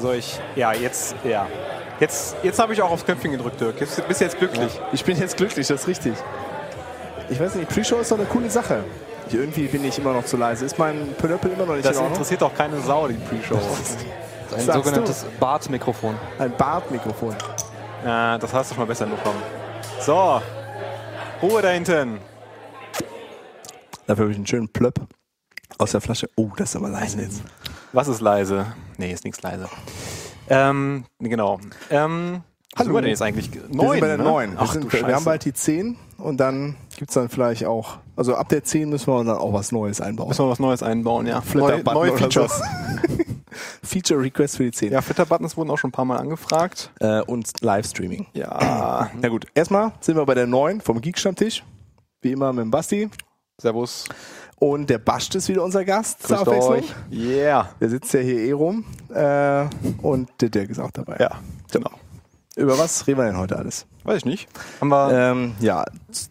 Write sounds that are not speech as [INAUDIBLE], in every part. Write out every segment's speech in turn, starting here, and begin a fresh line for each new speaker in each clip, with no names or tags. So, ich. Ja, jetzt. Ja. Jetzt, jetzt habe ich auch aufs Knöpfchen gedrückt, Dirk. Jetzt, bist jetzt glücklich.
Ich bin jetzt glücklich, das ist richtig. Ich weiß nicht, Pre-Show ist doch eine coole Sache. Ich- Irgendwie bin ich immer noch zu leise. Ist mein Pölöppel immer noch nicht
Das
in Ordnung?
interessiert doch keine Sau, die Pre-Show.
Ein
Sagst
sogenanntes Bartmikrofon.
Ein Bartmikrofon.
Äh, das hast du schon mal besser hinbekommen. So. Ruhe da hinten.
Dafür habe ich einen schönen Plöpp aus der Flasche. Oh, das ist aber leise jetzt.
Was ist leise? Nee, ist nichts leise. Ähm, genau. Ähm, was
Hallo.
sind wir denn jetzt eigentlich?
Wir sind bei der
ne?
9.
Ach,
wir,
du
sind,
Scheiße.
wir haben bald die 10 und dann gibt es dann vielleicht auch, also ab der 10 müssen wir dann auch was Neues einbauen.
Müssen wir was Neues einbauen, ja.
Flitterbutton
neue
oder
Features.
so. [LAUGHS] Feature Request für die 10.
Ja, Flitterbuttons wurden auch schon ein paar Mal angefragt.
Äh, und Livestreaming.
[CLEARS THROAT] Ja.
Na gut, erstmal sind wir bei der 9 vom Geek-Stammtisch. Wie immer mit dem Basti.
Servus.
Und der Bast ist wieder unser Gast. zur
Grüßt
Abwechslung.
euch.
Yeah.
Der sitzt ja hier eh rum. Äh, und der Dirk ist auch dabei.
Ja, genau.
Über was reden wir denn heute alles?
Weiß ich nicht. Haben wir.
Ähm, ja, z-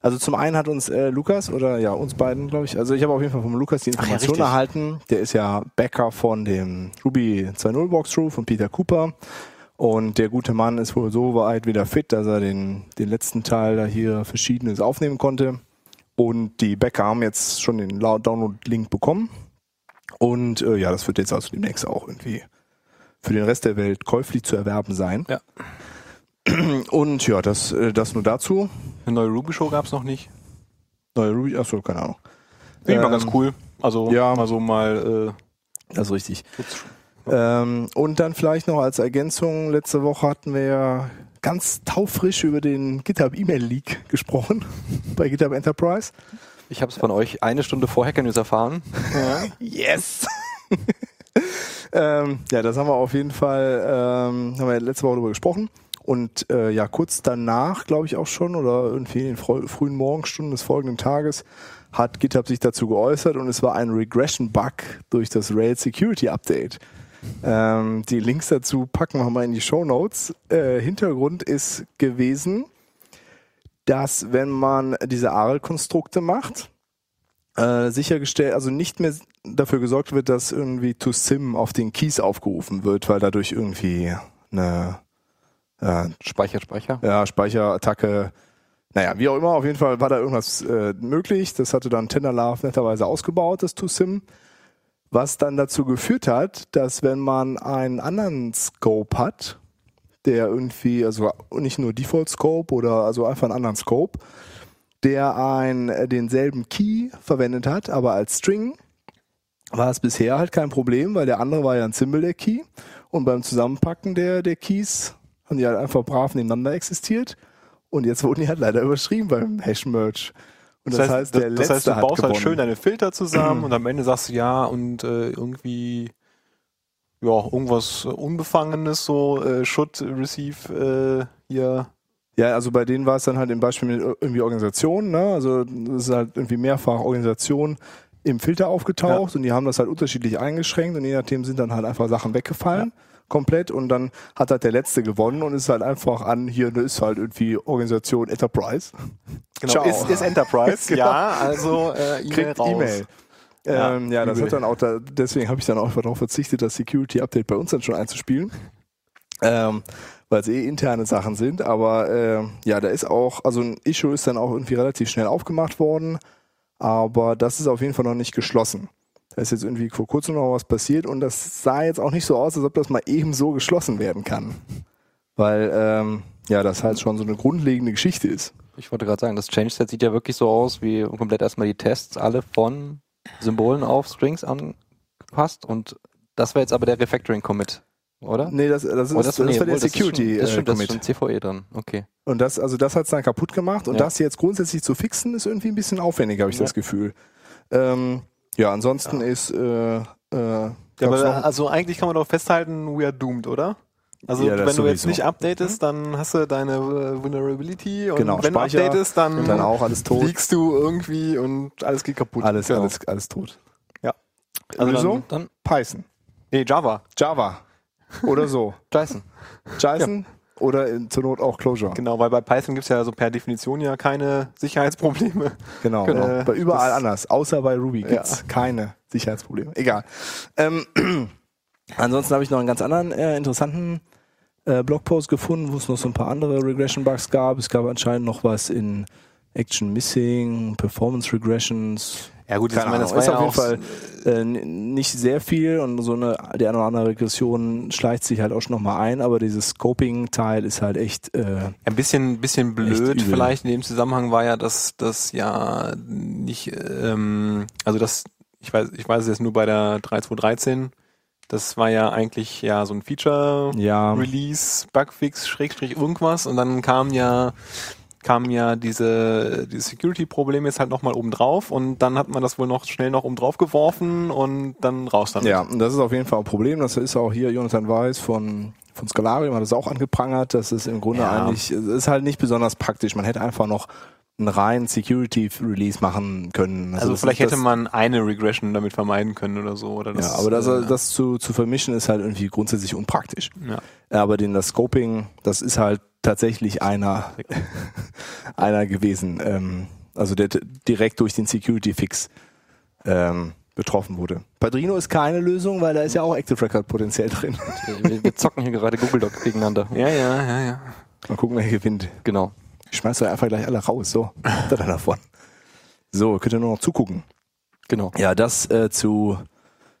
also zum einen hat uns äh, Lukas oder ja, uns beiden, glaube ich, also ich habe auf jeden Fall vom Lukas die
ja,
Information
richtig.
erhalten. Der ist ja Bäcker von dem Ruby 2.0 Walkthrough von Peter Cooper. Und der gute Mann ist wohl so weit wieder fit, dass er den, den letzten Teil da hier Verschiedenes aufnehmen konnte. Und die Bäcker haben jetzt schon den Lau- Download-Link bekommen. Und äh, ja, das wird jetzt also demnächst auch irgendwie für den Rest der Welt käuflich zu erwerben sein.
Ja.
Und ja, das, äh, das nur dazu.
eine neue Ruby-Show gab es noch nicht.
Neue Ruby, achso, keine Ahnung.
Finde ich mal ganz
Ähm,
cool. Also,
ja.
mal so mal.
Das ist richtig.
Äh, ups.
Ähm, und dann vielleicht noch als Ergänzung, letzte Woche hatten wir ja ganz taufrisch über den GitHub E-Mail Leak gesprochen [LAUGHS] bei GitHub Enterprise.
Ich habe es von euch eine Stunde vor Hacker News erfahren.
Yes! [LAUGHS] ähm, ja, das haben wir auf jeden Fall, ähm, haben wir letzte Woche darüber gesprochen. Und äh, ja, kurz danach, glaube ich auch schon, oder irgendwie in den frö- frühen Morgenstunden des folgenden Tages, hat GitHub sich dazu geäußert und es war ein Regression-Bug durch das Rail Security Update. Ähm, die Links dazu packen wir mal in die Show Notes. Äh, Hintergrund ist gewesen, dass wenn man diese ARL-Konstrukte macht, äh, sichergestellt, also nicht mehr dafür gesorgt wird, dass irgendwie to sim auf den Keys aufgerufen wird, weil dadurch irgendwie eine äh,
Speicher, Speicher.
ja, Speicherattacke, naja, wie auch immer, auf jeden Fall war da irgendwas äh, möglich. Das hatte dann Tenderlarve netterweise ausgebaut, das ToSim. Was dann dazu geführt hat, dass wenn man einen anderen Scope hat, der irgendwie, also nicht nur Default Scope oder also einfach einen anderen Scope, der ein, äh, denselben Key verwendet hat, aber als String, war es bisher halt kein Problem, weil der andere war ja ein Symbol der Key und beim Zusammenpacken der, der Keys haben die halt einfach brav nebeneinander existiert und jetzt wurden die halt leider überschrieben beim Hash-Merge. Und das, heißt, der
das
letzte
heißt, du
hat
baust
gewonnen.
halt schön deine Filter
[CLEARS THROAT]
zusammen und am Ende sagst du ja und äh, irgendwie. Ja, irgendwas äh, Unbefangenes, so äh, should receive äh, hier.
Ja, also bei denen war es dann halt im Beispiel mit irgendwie Organisationen, ne? Also es ist halt irgendwie mehrfach Organisationen im Filter aufgetaucht und die haben das halt unterschiedlich eingeschränkt und je nachdem sind dann halt einfach Sachen weggefallen. Komplett und dann hat halt der Letzte gewonnen und ist halt einfach an, hier ne, ist halt irgendwie Organisation Enterprise. Ciao.
Genau, Ist, ist Enterprise.
[LAUGHS] Genau.
Ja, also äh,
Kriegt
raus.
E-Mail.
Ja,
Ähm, ja, das
übel.
hat dann auch da, deswegen habe ich dann auch darauf verzichtet, das Security-Update bei uns dann schon einzuspielen. Ähm, weil es eh interne Sachen sind, aber ähm, ja, da ist auch, also ein Issue ist dann auch irgendwie relativ schnell aufgemacht worden, aber das ist auf jeden Fall noch nicht geschlossen. Da ist jetzt irgendwie vor kurzem noch was passiert und das sah jetzt auch nicht so aus, als ob das mal eben so geschlossen werden kann. Weil, ähm, ja, das halt schon so eine grundlegende Geschichte ist.
Ich wollte gerade sagen, das Change-Set sieht ja wirklich so aus, wie komplett erstmal die Tests alle von Symbolen auf Strings angepasst und das war jetzt aber der Refactoring-Commit, oder?
Nee, das, das ist,
Oh,
das war
nee,
der äh,
wohl, das ist schon-
Security-Commit.
Das stimmt, das ist schon CVE dran. Okay.
Und das, also das hat's dann kaputt gemacht. Und
Ja.
das jetzt grundsätzlich zu fixen, ist irgendwie ein bisschen aufwendig, habe ich das Gefühl. Ähm, ja, ansonsten ist äh, äh,
Ja,
gab's
aber
noch-
also eigentlich kann man doch festhalten, we are doomed, oder? Also
Ja, das
wenn du jetzt
sowieso. Mhm.
nicht updatest, dann hast du deine äh, Vulnerability und
Genau,
wenn
Speicher
du updatest, dann,
dann auch alles tot.
liegst du irgendwie und alles geht kaputt.
Alles,
Genau.
alles, alles tot.
Ja.
Also
So?
Lösung?
Dann
Python.
Nee, Java.
Java. Oder
[LAUGHS]
so.
Jason.
JSON oder in, zur Not auch Clojure.
Genau, weil bei Python gibt's ja so per Definition ja keine Sicherheitsprobleme.
Genau.
Genau.
Äh, bei überall
Das-
anders. Außer bei Ruby gibt's
Ja.
keine Sicherheitsprobleme. Egal. Ähm, [CLEARS THROAT] Ansonsten habe ich noch einen ganz anderen äh, interessanten äh, Blogpost gefunden, wo es noch so ein paar andere Regression-Bugs gab. Es gab anscheinend noch was in Action Missing, Performance Regressions.
Ja gut,
Keine Ahnung, ist auf jeden Fall äh, n- nicht sehr viel und so eine die eine oder andere Regression schleicht sich halt auch schon nochmal ein, aber dieses Scoping-Teil ist halt echt äh,
Ein bisschen, bisschen blöd
übel.
vielleicht in dem Zusammenhang war ja, dass das ja nicht, ähm, also das, ich weiß, ich weiß es jetzt nur bei der 3213, das war ja eigentlich ja so ein Feature
ja
Release, Bugfix, Schrägstrich irgendwas und dann kam ja kam ja diese, diese Security-Probleme jetzt halt nochmal oben drauf und dann hat man das wohl noch schnell noch oben drauf geworfen und dann raus damit.
Ja, und das ist auf jeden Fall ein Problem. Das ist auch hier Jonathan Weiß von, von Scalarium hat das auch angeprangert. Das ist im Grunde
Ja.
eigentlich, es ist halt nicht besonders praktisch. Man hätte einfach noch einen reinen Security-Release machen können.
Also,
das
vielleicht
ist
hätte man eine Regression damit vermeiden können oder so. Oder
Das,
das,
ja, aber das,
äh,
das zu, zu vermischen ist halt irgendwie grundsätzlich unpraktisch.
ja.
Aber den, das Scoping, das ist halt tatsächlich einer, [LAUGHS] einer gewesen. Ähm, also der t- direkt durch den Security-Fix ähm, betroffen wurde. Padrino ist keine Lösung, weil da ist ja auch Active Record potenziell drin.
Wir, wir zocken hier gerade Google Doc gegeneinander.
ja, ja, ja, ja.
Mal gucken, wer gewinnt.
Genau.
Ich schmeiß doch einfach gleich alle raus. So, habt ihr dann davon. So, könnt ihr nur noch zugucken.
Genau.
Ja, das äh, zu,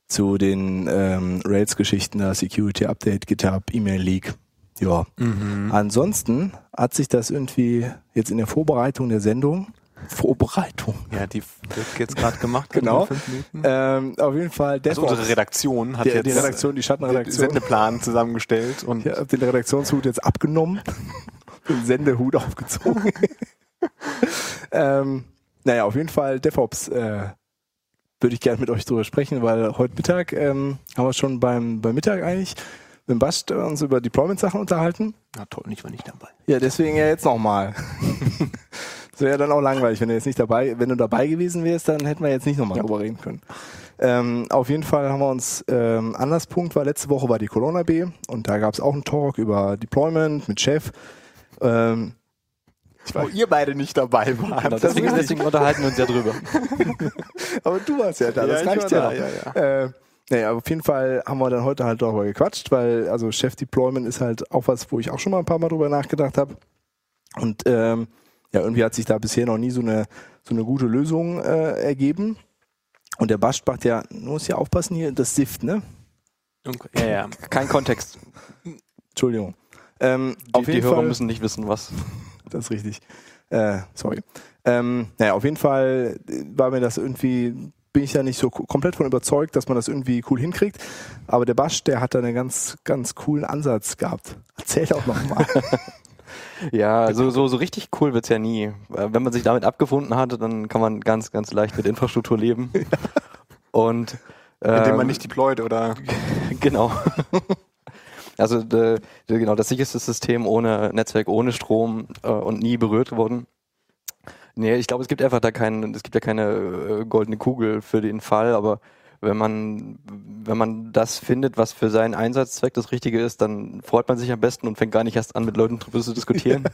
zu den ähm, Rails-Geschichten, da Security Update, GitHub, E-Mail-Leak. Ja.
Mhm.
Ansonsten hat sich das irgendwie jetzt in der Vorbereitung der Sendung, Vorbereitung,
Ja, die wird jetzt gerade gemacht.
Genau.
in fünf Minuten.
ähm, auf jeden Fall
Also
DevOps,
unsere Redaktion hat
der,
jetzt
die Redaktion, die
den
Schattenredaktion,
Sendeplan zusammengestellt und
ich habe den Redaktionshut jetzt abgenommen, [LAUGHS] den Sendehut aufgezogen. ähm, naja, auf jeden Fall DevOps äh, würde ich gerne mit euch drüber sprechen, weil heute Mittag ähm, haben wir schon beim, beim Mittag eigentlich mit Bast äh, uns über Deployment-Sachen unterhalten.
na toll, ich war nicht dabei.
Ja, deswegen ja jetzt nochmal. das wäre ja dann auch langweilig, wenn du jetzt nicht dabei, wenn du dabei gewesen wärst, dann hätten wir jetzt nicht nochmal drüber reden können. Ähm, auf jeden Fall haben wir uns, ähm, Anlasspunkt war, letzte Woche war die Corona B und da gab es auch einen Talk über Deployment mit Chef. Ähm,
Wo ihr beide nicht dabei wart.
genau deswegen,
ist
deswegen unterhalten wir uns
[LAUGHS]
ja drüber.
Aber du warst ja
Ja,
da, das
ich
reicht
war
ja.
da,
noch.
ja,
Äh, naja, auf jeden Fall haben wir dann heute halt darüber gequatscht, weil also Chef-Deployment ist halt auch was, wo ich auch schon mal ein paar Mal drüber nachgedacht habe. Und ähm, ja, irgendwie hat sich da bisher noch nie so eine, so eine gute Lösung äh, ergeben. Und der Bast macht ja, du musst ja aufpassen hier, das Sift, ne?
ja, ja.
Kein Kontext.
Entschuldigung. Ähm,
Die, die Hörer müssen nicht wissen, was.
das ist richtig. Äh, sorry. Ähm, naja, auf jeden Fall äh, war mir das irgendwie, bin ich ja nicht so ko- komplett von überzeugt, dass man das irgendwie cool hinkriegt. Aber der Basch, der hat da einen ganz, ganz coolen Ansatz gehabt. Erzähl doch nochmal.
Ja, so, so, so richtig cool wird's ja nie. Äh, Wenn man sich damit abgefunden hatte, dann kann man ganz, ganz leicht mit
[LAUGHS]
Infrastruktur leben. Und ähm,
Indem man nicht deployt oder
[LAUGHS] genau. Also äh, genau, das sicherste System ohne Netzwerk, ohne Strom äh, und nie berührt worden. Nee, ich glaube, es gibt einfach da keinen, es gibt ja keine äh, goldene Kugel für den Fall, aber wenn man, wenn man das findet, was für seinen Einsatzzweck das Richtige ist, dann freut man sich am besten und fängt gar nicht erst an, mit Leuten drüber zu
[LAUGHS]
diskutieren.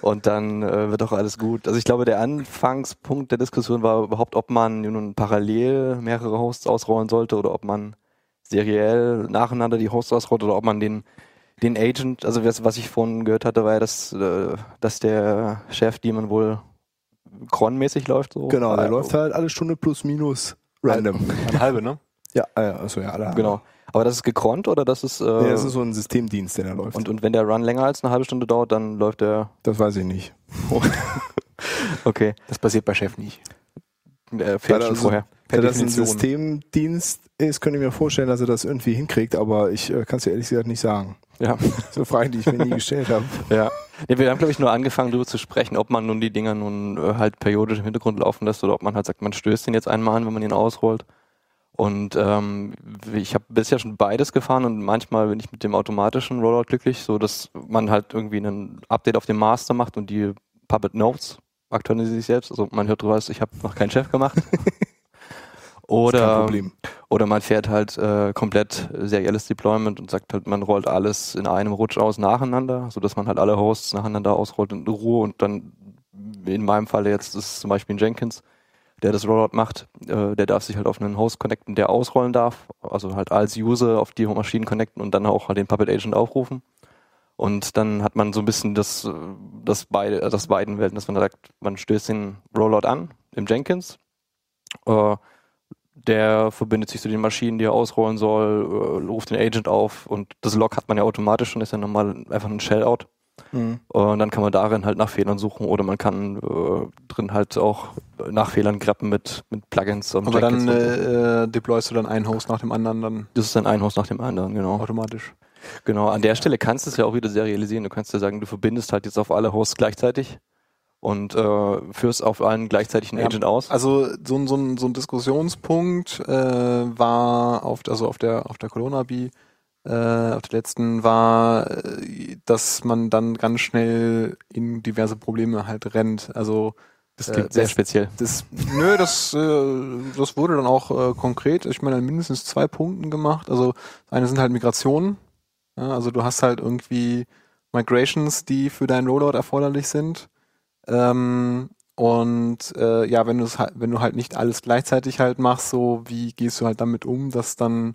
Und dann äh, wird auch alles gut. Also ich glaube, der Anfangspunkt der Diskussion war überhaupt, ob man nun parallel mehrere Hosts ausrollen sollte oder ob man seriell nacheinander die Hosts ausrollt oder ob man den, den Agent, also was, was ich vorhin gehört hatte, war ja, dass, äh, dass der Chef, die man wohl Cron-mäßig läuft.
[LAUGHS]
So.
genau, der [LAUGHS]
Äh,
läuft halt alle Stunde plus minus random.
eine halbe, ne?
ja, äh, also ja, alle.
Genau. Aber das ist gekront oder das ist. Äh,
Nee, das ist so ein Systemdienst, der da läuft.
und, und wenn der Run länger als eine halbe Stunde dauert, dann läuft der.
das weiß ich nicht.
Okay.
Das passiert bei Chef nicht.
Äh, fehlt
das
schon
ist-
vorher.
Wenn das ein
Definition.
Systemdienst ist, könnte ich mir vorstellen, dass er das irgendwie hinkriegt, aber ich äh, kann es dir ehrlich gesagt nicht [LAUGHS] sagen.
Ja.
So Fragen, die ich mir nie gestellt habe.
Ja. Nee, wir haben, glaube ich, nur angefangen, darüber zu sprechen, ob man nun die Dinger nun äh, halt periodisch im Hintergrund laufen lässt oder ob man halt sagt, man stößt den jetzt einmal an, wenn man ihn ausrollt. Und ähm, ich habe bisher schon beides gefahren und manchmal bin ich mit dem automatischen Rollout glücklich, so dass man halt irgendwie ein Update auf dem Master macht und die Puppet Notes aktualisieren sich selbst. Also man hört drüber, ich habe noch keinen Chef gemacht.
Das ist kein
Oder
Problem.
oder man fährt halt äh, komplett serielles Deployment und sagt halt, man rollt alles in einem Rutsch aus nacheinander, sodass man halt alle Hosts nacheinander ausrollt in Ruhe und dann in meinem Fall jetzt ist es zum Beispiel ein Jenkins, der das Rollout macht, äh, der darf sich halt auf einen Host connecten, der ausrollen darf, also halt als User auf die Maschinen connecten und dann auch halt den Puppet Agent aufrufen. Und dann hat man so ein bisschen das, äh, das, beide, äh, das beiden Welten, dass man sagt, man stößt den Rollout an im Jenkins. Äh, der verbindet sich zu den Maschinen, die er ausrollen soll, äh, ruft den Agent auf und das Log hat man ja automatisch und ist ja normal einfach ein Shell-Out.
Mhm.
Und dann kann man darin halt nach Fehlern suchen oder man kann äh, drin halt auch nach Fehlern grappen mit, mit Plugins. und
Aber
Jackets
dann
und so.
äh, äh, deployst du dann einen Host nach dem anderen dann
das ist dann ein Host nach dem anderen,
Oh.
genau.
automatisch.
Genau, an der Stelle kannst du es ja auch wieder serialisieren. Du kannst ja sagen, du verbindest halt jetzt auf alle Hosts gleichzeitig und äh, führst auf allen gleichzeitig einen
Ja.
Agent aus.
Also so ein, so ein, so ein Diskussionspunkt äh, war auf, also auf der auf der Corona Bee, äh, auf der letzten war, äh, dass man dann ganz schnell in diverse Probleme halt rennt. Also
Das
äh,
klingt sehr
das-
speziell.
das, nö, das, äh, das wurde dann auch äh, konkret. Ich meine, an mindestens zwei Punkten gemacht. Also eine sind halt Migrationen. Ja, also du hast halt irgendwie Migrations, die für deinen Rollout erforderlich sind. Ähm, und äh, ja, wenn du es halt, wenn du halt nicht alles gleichzeitig halt machst, so wie gehst du halt damit um, dass dann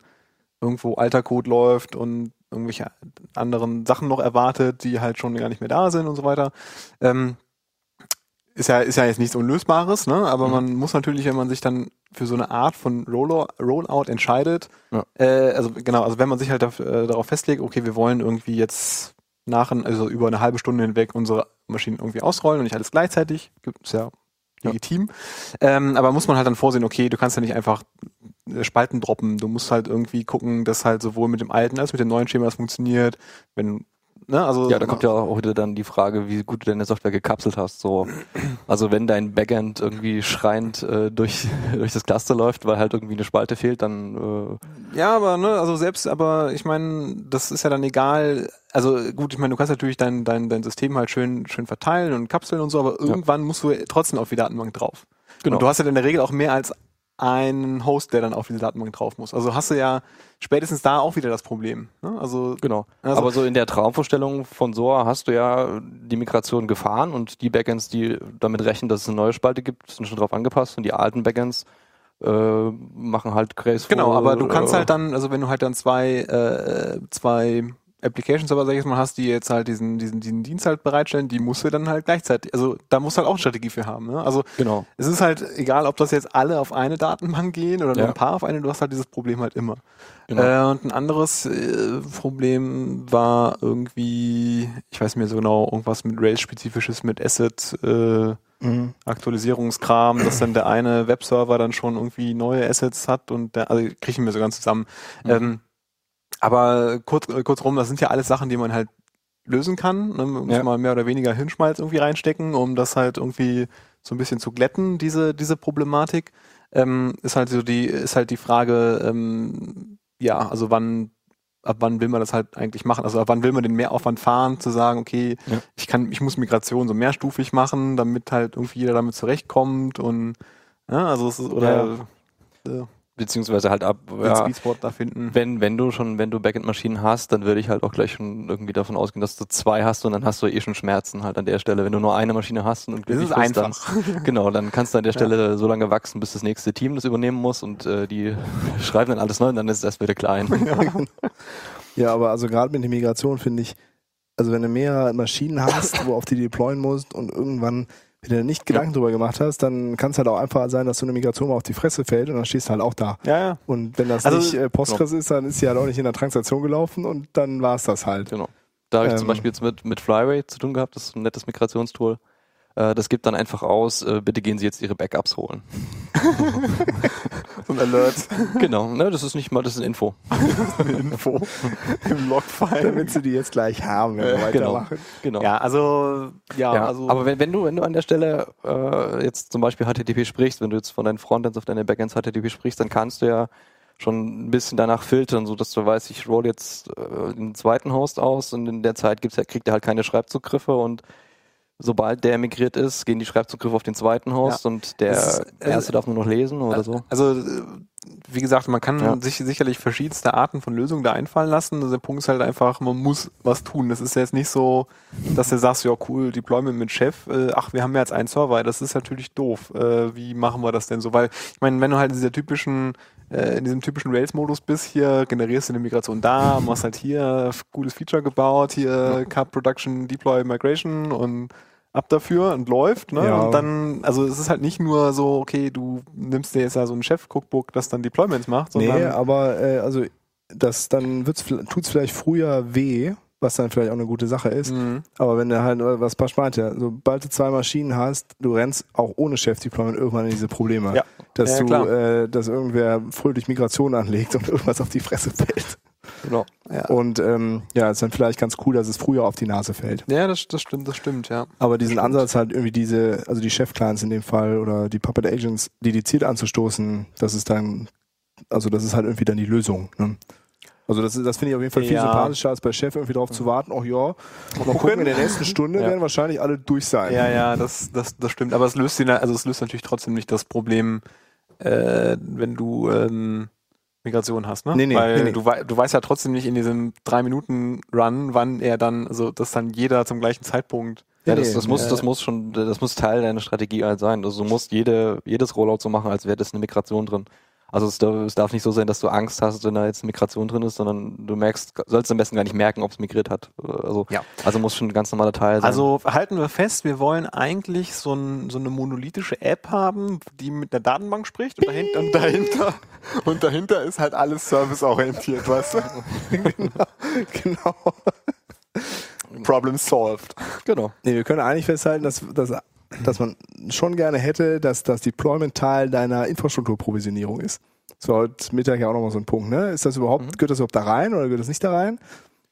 irgendwo alter Code läuft und irgendwelche anderen Sachen noch erwartet, die halt schon gar nicht mehr da sind und so weiter. Ähm, ist ja, ist ja jetzt nichts Unlösbares, ne? aber
Mhm.
man muss natürlich, wenn man sich dann für so eine Art von Rollo- Rollout entscheidet,
Ja.
äh, also genau, also wenn man sich halt daf- äh, darauf festlegt, okay, wir wollen irgendwie jetzt nach, ein- also über eine halbe Stunde hinweg unsere Maschinen irgendwie ausrollen und nicht alles gleichzeitig, gibt's ja
Ja.
legitim, Ähm, aber muss man halt dann vorsehen, okay, du kannst ja nicht einfach äh, Spalten droppen, du musst halt irgendwie gucken, dass halt sowohl mit dem alten als mit dem neuen Schema das funktioniert, wenn, ne, also
Ja, da kommt ja auch wieder dann die Frage, wie gut du deine Software gekapselt hast. So. Also wenn dein Backend irgendwie schreiend äh, durch, [LAUGHS] durch das Cluster läuft, weil halt irgendwie eine Spalte fehlt, dann äh,
Ja, aber ne, also selbst, aber ich meine, das ist ja dann egal. Also gut, ich meine, du kannst natürlich dein, dein, dein System halt schön, schön verteilen und kapseln und so, aber irgendwann musst du trotzdem auf die Datenbank drauf.
Genau.
Und du hast ja in der Regel auch mehr als einen Host, der dann auf diese Datenbank drauf muss. Also hast du ja spätestens da auch wieder das Problem. Ne? Also
genau.
Also-
Aber so in der Traumvorstellung von SOA hast du ja die Migration gefahren und die Backends, die damit rechnen, dass es eine neue Spalte gibt, sind schon drauf angepasst und die alten Backends äh, machen halt graceful.
Genau, aber du kannst
äh,
halt dann, also wenn du halt dann zwei, äh, zwei Application Server, sag ich jetzt mal, hast, die jetzt halt diesen, diesen, diesen Dienst halt bereitstellen, die musst du dann halt gleichzeitig, also da musst du halt auch eine Strategie für haben. Ne? Also
Genau.
es ist halt egal, ob das jetzt alle auf eine Datenbank gehen oder nur
Ja.
ein paar auf eine, du hast halt dieses Problem halt immer.
Genau.
Äh, und ein anderes äh, Problem war irgendwie, ich weiß nicht mehr so genau, irgendwas mit Rails-spezifisches, mit Asset, äh,
Mhm.
Aktualisierungskram, dass dann der eine Webserver dann schon irgendwie neue Assets hat und der, also kriechen wir so ganz zusammen.
Mhm.
Ähm, aber kurz, äh, kurzrum, das sind ja alles Sachen, die man halt lösen kann. Ne? Man muss
Ja.
mal mehr oder weniger Hirnschmalz irgendwie reinstecken, um das halt irgendwie so ein bisschen zu glätten, diese, diese Problematik. Ähm, ist halt so die, ist halt die Frage, ähm, ja, also wann, ab wann will man das halt eigentlich machen? Also ab wann will man den Mehraufwand fahren, zu sagen, okay,
Ja.
ich kann, ich muss Migration so mehrstufig machen, damit halt irgendwie jeder damit zurechtkommt und ja, also es ist, oder
Beziehungsweise halt ab.
den
ja,
Sweet Spot da finden.
Wenn, wenn du schon, wenn du Backend-Maschinen hast, dann würde ich halt auch gleich schon irgendwie davon ausgehen, dass du zwei hast und dann hast du eh schon Schmerzen halt an der Stelle. Wenn du nur eine Maschine hast und
Das ist
glücklich bist,
einfach. [LAUGHS]
Dann, [LAUGHS] genau, dann kannst du an der Stelle so lange wachsen, bis das nächste Team das übernehmen muss und äh, die [LAUGHS] schreiben dann alles neu und dann ist es erst wieder klein.
Ja, aber also gerade mit der Migration finde ich, also wenn du mehrere Maschinen hast, wo auf die du deployen musst und irgendwann wenn du dir nicht Gedanken drüber gemacht hast, dann kann es halt auch einfach sein, dass so eine Migration mal auf die Fresse fällt und dann stehst du halt auch da.
Ja, ja.
Und wenn das
Also-
nicht äh, Postgres ist, dann ist sie halt auch nicht in der Transaktion gelaufen und dann war es das
[LAUGHS]
halt.
Genau. Da habe ich
Ähm.
zum Beispiel jetzt mit, mit Flyway zu tun gehabt, das ist ein nettes Migrationstool. Äh, Das gibt dann einfach aus, äh, bitte gehen Sie jetzt Ihre
[LAUGHS]
Backups holen.
So ein Alert,
Genau, ne, das ist nicht mal, das ist eine Info.
eine Info [LAUGHS] im Logfile.
Damit sie die jetzt gleich haben, wenn wir
Äh, genau.
weitermachen.
Genau.
Ja, also, ja,
Ja,
also.
aber wenn, wenn du wenn du an der Stelle äh, jetzt zum Beispiel HTTP sprichst, wenn du jetzt von deinen Frontends auf deine Backends HTTP sprichst, dann kannst du ja schon ein bisschen danach filtern, so dass du weißt, ich roll jetzt äh, den zweiten Host aus und in der Zeit gibt's, ja- kriegt er halt keine Schreibzugriffe und sobald der migriert ist, gehen die Schreibzugriffe auf den zweiten Host und der
Es ist, äh,
erste darf nur noch lesen oder so.
Also, äh, wie gesagt, man kann
Ja.
sich sicherlich verschiedenste Arten von Lösungen da einfallen lassen. Also der Punkt ist halt einfach, man muss was tun. Das ist jetzt nicht so, dass du sagst, ja cool, Deployment mit Chef, äh, ach, wir haben ja jetzt einen Server, das ist natürlich doof. Äh, wie machen wir das denn so? Weil, ich meine, wenn du halt in dieser typischen, äh, in diesem typischen Rails-Modus bist, hier generierst du eine Migration da, machst halt hier f- gutes Feature gebaut, hier Cut Production, Deploy, Migration und ab dafür und läuft, ne?
Ja.
Und dann, also es ist halt nicht nur so, okay, du nimmst dir jetzt ja so ein Chef-Cookbook, das dann Deployments macht, sondern
nee, aber äh, also das, dann tut es vielleicht früher weh, was dann vielleicht auch eine gute Sache ist.
Mhm.
Aber wenn du halt, äh, was Pasch meinte, sobald du zwei Maschinen hast, du rennst auch ohne Chef-Deployment irgendwann in diese Probleme.
Ja.
Dass
Ja, klar.
du, äh, dass irgendwer fröhlich Migration anlegt und irgendwas auf die Fresse fällt.
Genau.
Und ähm, ja, ist dann vielleicht ganz cool, dass es früher auf die Nase fällt.
ja, das, das stimmt, das stimmt, ja.
Aber diesen Ansatz halt irgendwie diese, also die Chef-Clients in dem Fall oder die Puppet Agents dediziert anzustoßen, das ist dann, also das ist halt irgendwie dann die Lösung. Ne? Also das, ist- das finde ich auf jeden Fall viel
Ja.
sympathischer als bei Chef irgendwie darauf zu warten, oh ja, mal gucken, in
[LAUGHS]
der nächsten Stunde
Ja.
werden wahrscheinlich alle durch sein.
Ja, ja, das, das, das stimmt. Aber es löst den, also es löst natürlich trotzdem nicht das Problem, äh, wenn du ähm, Migration hast, ne?
Nee, nee,
Weil
nee, nee.
Du, wei du weißt ja trotzdem nicht in diesem drei Minuten Run, wann er dann, also dass dann jeder zum gleichen Zeitpunkt.
Ja, das, das
Nee,
muss,
äh,
das muss schon, das muss Teil deiner Strategie halt sein. Also du musst jede, jedes Rollout so machen, als wäre das eine Migration drin. Also es darf, es darf nicht so sein, dass du Angst hast, wenn da jetzt eine Migration drin ist, sondern du merkst, sollst am besten gar nicht merken, ob es migriert hat. Also,
Ja.
also muss schon ein ganz normaler Teil sein.
Also halten wir fest, wir wollen eigentlich so, ein, so eine monolithische App haben, die mit einer Datenbank spricht und dahinter, und dahinter, [LAUGHS] und dahinter ist halt alles serviceorientiert, [LAUGHS] weißt du?
genau.
Problem solved.
genau.
Nee, wir können eigentlich festhalten, dass, dass, dass man schon gerne hätte, dass das Deployment Teil deiner Infrastrukturprovisionierung ist. Das war heute Mittag ja auch nochmal so ein Punkt, ne? Ist das überhaupt, gehört das überhaupt da rein oder gehört das nicht da rein?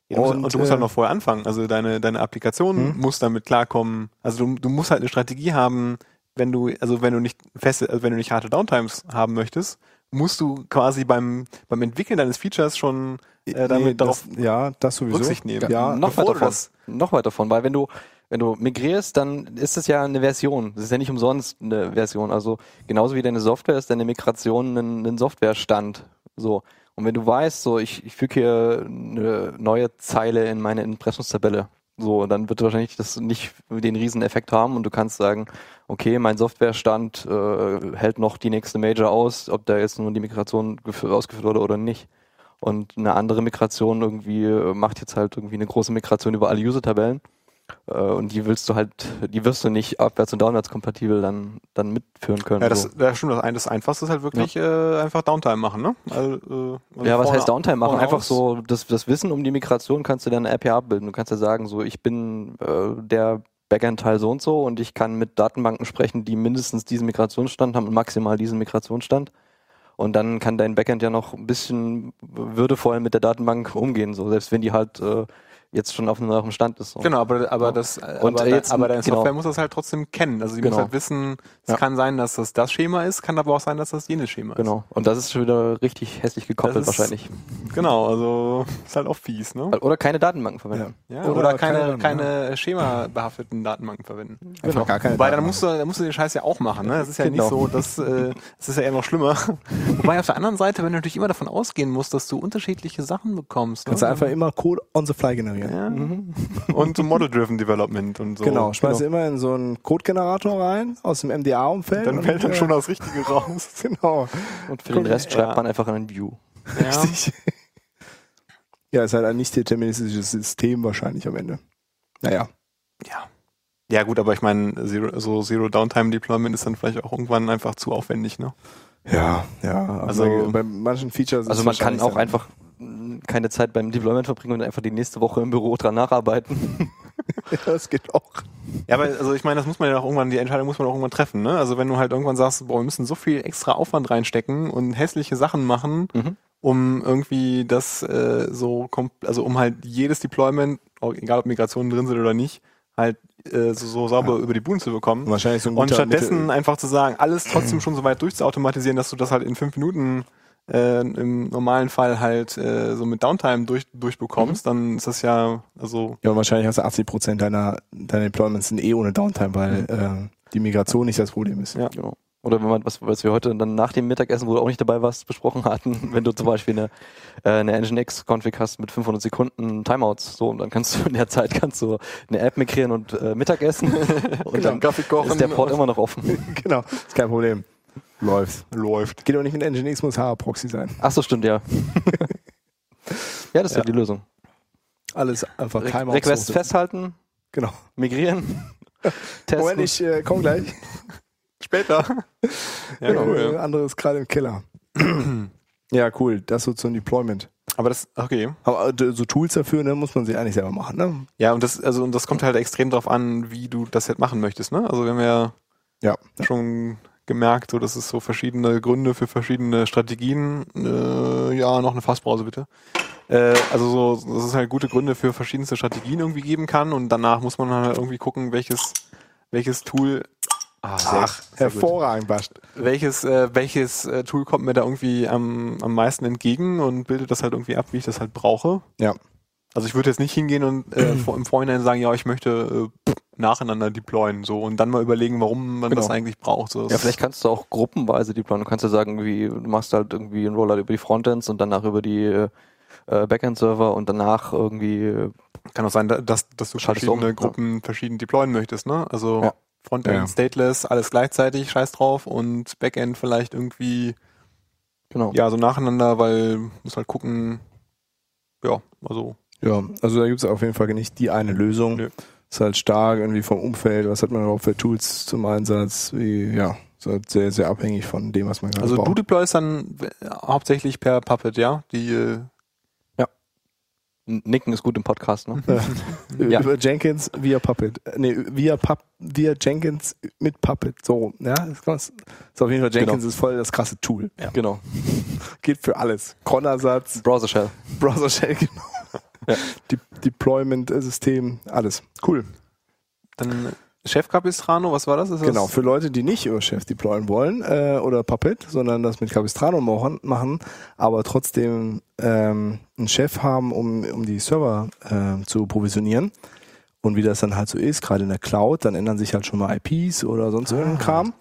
Und, Mhm. Hm? du musst
äh,
halt noch vorher anfangen. Also deine, deine Applikation muss damit klarkommen. Also du, du musst halt eine Strategie haben, wenn du, also wenn du nicht feste, also wenn du nicht harte Downtimes haben möchtest, musst du quasi beim, beim Entwickeln deines Features schon äh, damit
nee,
darauf
das, ja, das sowieso.
Rücksicht nehmen.
Ja,
noch
bevor
weiter
du
von.
das-
Noch weiter von, weil wenn du, wenn du migrierst, dann ist es ja eine Version. Das ist ja nicht umsonst eine Version. Also genauso wie deine Software ist deine Migration ein, ein Softwarestand. So. Und wenn du weißt, so ich, ich füge hier eine neue Zeile in meine Impressumstabelle. So, dann wird wahrscheinlich das nicht den riesen Effekt haben und du kannst sagen, okay, mein Softwarestand äh, hält noch die nächste Major aus, ob da jetzt nun die Migration gef- ausgeführt wurde oder nicht. Und eine andere Migration irgendwie äh, macht jetzt halt irgendwie eine große Migration über alle User-Tabellen. Äh, Und die willst du halt, die wirst du nicht abwärts- und downwärtskompatibel dann, dann mitführen können.
Ja, das,
so.
das stimmt. Das, ein- das Einfachste ist halt wirklich äh, einfach Downtime machen, ne? Also, äh, also
ja was
vorne-
heißt Downtime machen?
vorne
Einfach
aus.
so, das, das Wissen um die Migration kannst du dann in der RPA abbilden. Du kannst ja sagen, so, ich bin äh, der Backend-Teil so und so und ich kann mit Datenbanken sprechen, die mindestens diesen Migrationsstand haben und maximal diesen Migrationsstand. Und dann kann dein Backend ja noch ein bisschen würdevoll mit der Datenbank umgehen, so, selbst wenn die halt äh, jetzt schon auf einem, auf dem Stand ist. So.
Genau, aber, aber
Ja.
das, äh,
Und,
aber,
äh,
de-
jetzt-
aber deine
genau.
Software muss das halt trotzdem kennen. Also die muss
Genau.
halt wissen, es
Ja.
kann sein, dass das das Schema ist, kann aber auch sein, dass das jenes Schema
Genau. Und das ist schon wieder richtig hässlich gekoppelt
Das ist-
wahrscheinlich.
ist. Genau, also [LAUGHS] ist halt auch fies, ne?
Oder keine Datenbanken verwenden.
Ja,
Oder
oder,
keine,
ne?
keine, keine schemabehafteten Datenbanken verwenden.
Einfach gar keine
Wobei, dann
Daten.
musst du, dann musst du den Scheiß ja auch machen. Ne? Das ist ja
Genau.
nicht so, dass, äh, das ist ja eher noch schlimmer. [LAUGHS] Wobei auf der anderen Seite, wenn du natürlich immer davon ausgehen musst, dass du unterschiedliche Sachen bekommst.
Kannst du
ne?
einfach immer Code on the fly generieren.
ja. Mhm. Und so Model-Driven Development und so.
Genau, schmeiß immer in so einen Codegenerator rein aus dem MDA-Umfeld.
Dann fällt dann schon das Richtige raus.
äh, [LAUGHS] Genau.
Und für den
Guck,
Rest schreibt
ja.
man einfach in ein View.
Ja.
Richtig. [LAUGHS] Ja, ist halt ein nicht deterministisches System wahrscheinlich am Ende. Naja.
Ja. Ja gut, aber ich meine, Zero, so Zero Downtime Deployment ist dann vielleicht auch irgendwann einfach zu aufwendig, ne?
Ja, ja. Also,
Also-
bei manchen Features. ist
Also man kann
wahrscheinlich
auch
dann- [LAUGHS]
einfach mh, keine Zeit beim Deployment verbringen und einfach die nächste Woche im Büro dran nacharbeiten.
das geht auch.
Ja, aber also ich meine, das muss man ja auch irgendwann, die Entscheidung muss man auch irgendwann treffen, ne? Also wenn du halt irgendwann sagst, boah, wir müssen so viel extra Aufwand reinstecken und hässliche Sachen machen, um irgendwie das äh, so, kom- also um halt jedes Deployment, auch egal ob Migrationen drin sind oder nicht, halt äh, so, so sauber über die Bühne zu bekommen.
Wahrscheinlich so ein
Und
guter
stattdessen
Mittel-
[CLEARS THROAT] einfach zu sagen, alles trotzdem schon so weit durchzuautomatisieren, dass du das halt in fünf Minuten äh, im normalen Fall halt äh, so mit Downtime durch, durchbekommst, dann ist das ja, also
Ja, und wahrscheinlich hast du 80 Prozent deiner, deiner Deployments sind eh ohne Downtime, weil äh, die Migration nicht das Problem ist.
Ja.
Genau. Oder wenn man, was, was wir heute dann nach dem Mittagessen, wo du auch nicht dabei warst, besprochen hatten, [LAUGHS] wenn du zum Beispiel eine, äh, eine Nginx-Config hast mit 500 Sekunden Timeouts, so, und dann kannst du in der Zeit kannst du eine App migrieren und
[LAUGHS]
äh, Mittagessen [LAUGHS] und dann
Kaffee kochen
ist der Port immer noch offen.
[LAUGHS] genau, ist kein Problem. Läuft.
läuft.
Geht auch nicht mit Nginx, muss HR-Proxy sein.
Ach so, stimmt,
[LAUGHS]
ja. ja, das ist ja, die Lösung.
Alles einfach
Re
Timeout.
Requests
so.
festhalten,
Genau. [LAUGHS]
migrieren, testen.
Moment, ich äh, komm gleich.
Später. [LAUGHS] ja,
genau,
cool.
äh, andere ist gerade im Keller. ja, cool. Das so zum Deployment.
Aber das, okay.
Aber äh, so Tools dafür, ne, muss man sich eigentlich selber machen, ne?
Ja, und das, also, und das kommt halt extrem drauf an, wie du das jetzt machen möchtest, ne? Also, wenn wir
Ja.
schon gemerkt, so dass es so verschiedene Gründe für verschiedene Strategien. Äh, ja, noch eine Fassbrause bitte. Äh, also so, dass es halt gute Gründe für verschiedenste Strategien irgendwie geben kann und danach muss man halt irgendwie gucken, welches welches Tool ah, sehr,
Ach,
sehr gut.
hervorragend, Bast.
welches äh, welches äh, Tool kommt mir da irgendwie am am meisten entgegen und bildet das halt irgendwie ab, wie ich das halt brauche.
Ja.
Also ich würde jetzt nicht hingehen und äh, vor, im Vorhinein sagen, ja, ich möchte äh, pff, nacheinander deployen so und dann mal überlegen, warum man
Genau.
das eigentlich braucht. So, das
Ja, vielleicht kannst du auch gruppenweise deployen. Du kannst ja sagen, wie, du machst halt irgendwie einen Rollout über die Frontends und danach über die äh, Backend-Server und danach irgendwie äh,
Kann auch sein, da- dass, dass du
Schaltest
verschiedene
um,
Gruppen verschieden deployen möchtest, ne? Also
Ja.
Frontend,
Ja.
Stateless, alles gleichzeitig, scheiß drauf und Backend vielleicht irgendwie,
genau.
ja, so nacheinander, weil muss halt gucken, ja, also
Ja, also da gibt's auf jeden Fall nicht die eine Lösung.
Nö.
Ist halt stark irgendwie vom Umfeld, was hat man überhaupt für Tools zum Einsatz, wie, ja, ist halt sehr, sehr abhängig von dem, was man gerade
also du
braucht. [LAUGHS]
deployst dann äh, hauptsächlich per Puppet, ja? Die äh,
N- Nicken ist gut im Podcast, ne?
Ü-
ja.
Über Jenkins via Puppet. Äh, Nee, via, Pup via Jenkins mit Puppet. So, ja, das kann man's- ist auf jeden Fall Jenkins ist voll das krasse Tool.
Genau.
Geht für alles.
[LAUGHS]
Cron-Ersatz,
Browser Shell.
Browser Shell, genau.
Ja.
De Deployment-System, alles. Cool.
dann Chef Capistrano, was war das? Ist
Genau,
Das,
für Leute, die nicht über Chef deployen wollen äh, oder Puppet, sondern das mit Capistrano machen, machen aber trotzdem ähm, einen Chef haben, um, um die Server ähm, zu provisionieren. Und wie das dann halt so ist, gerade in der Cloud, dann ändern sich halt schon mal IPs oder sonst irgendein Kram.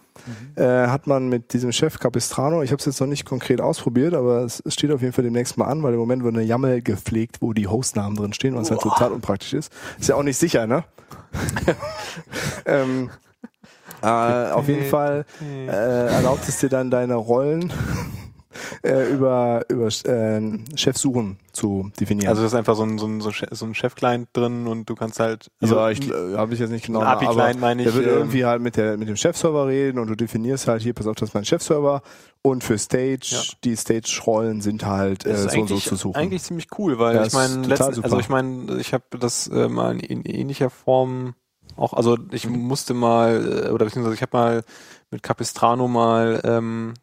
Äh, hat man mit diesem Chef Capistrano, ich habe es jetzt noch nicht konkret ausprobiert, aber es, es steht auf jeden Fall demnächst mal an, weil im Moment wird eine YAML gepflegt, wo die Hostnamen drin stehen, was halt total unpraktisch ist. Ist ja auch nicht sicher, ne? ähm, äh, auf jeden Fall äh, erlaubt es dir dann deine Rollen [LAUGHS] äh, über, über äh, Chefsuchen zu definieren.
also das ist einfach so ein, so ein, so ein Che- so ein Chef-Client drin und du kannst halt also
ja, ich habe ich jetzt nicht genau.
Ein API Client
aber
meine ich,
Der wird
ähm,
irgendwie halt mit, der, mit dem Chefserver reden und du definierst halt hier, pass auf, das ist mein Chefserver und für Stage,
Ja.
die Stage-Rollen sind halt äh,
Das ist
so und so
eigentlich-
zu suchen.
Eigentlich ziemlich cool, weil
Ja,
ich
ist
meine,
total
letzten-
super.
also ich meine, ich habe das äh, mal in, in ähnlicher Form auch, also ich
Mhm.
musste mal, äh, oder beziehungsweise ich habe mal mit Capistrano mal ähm,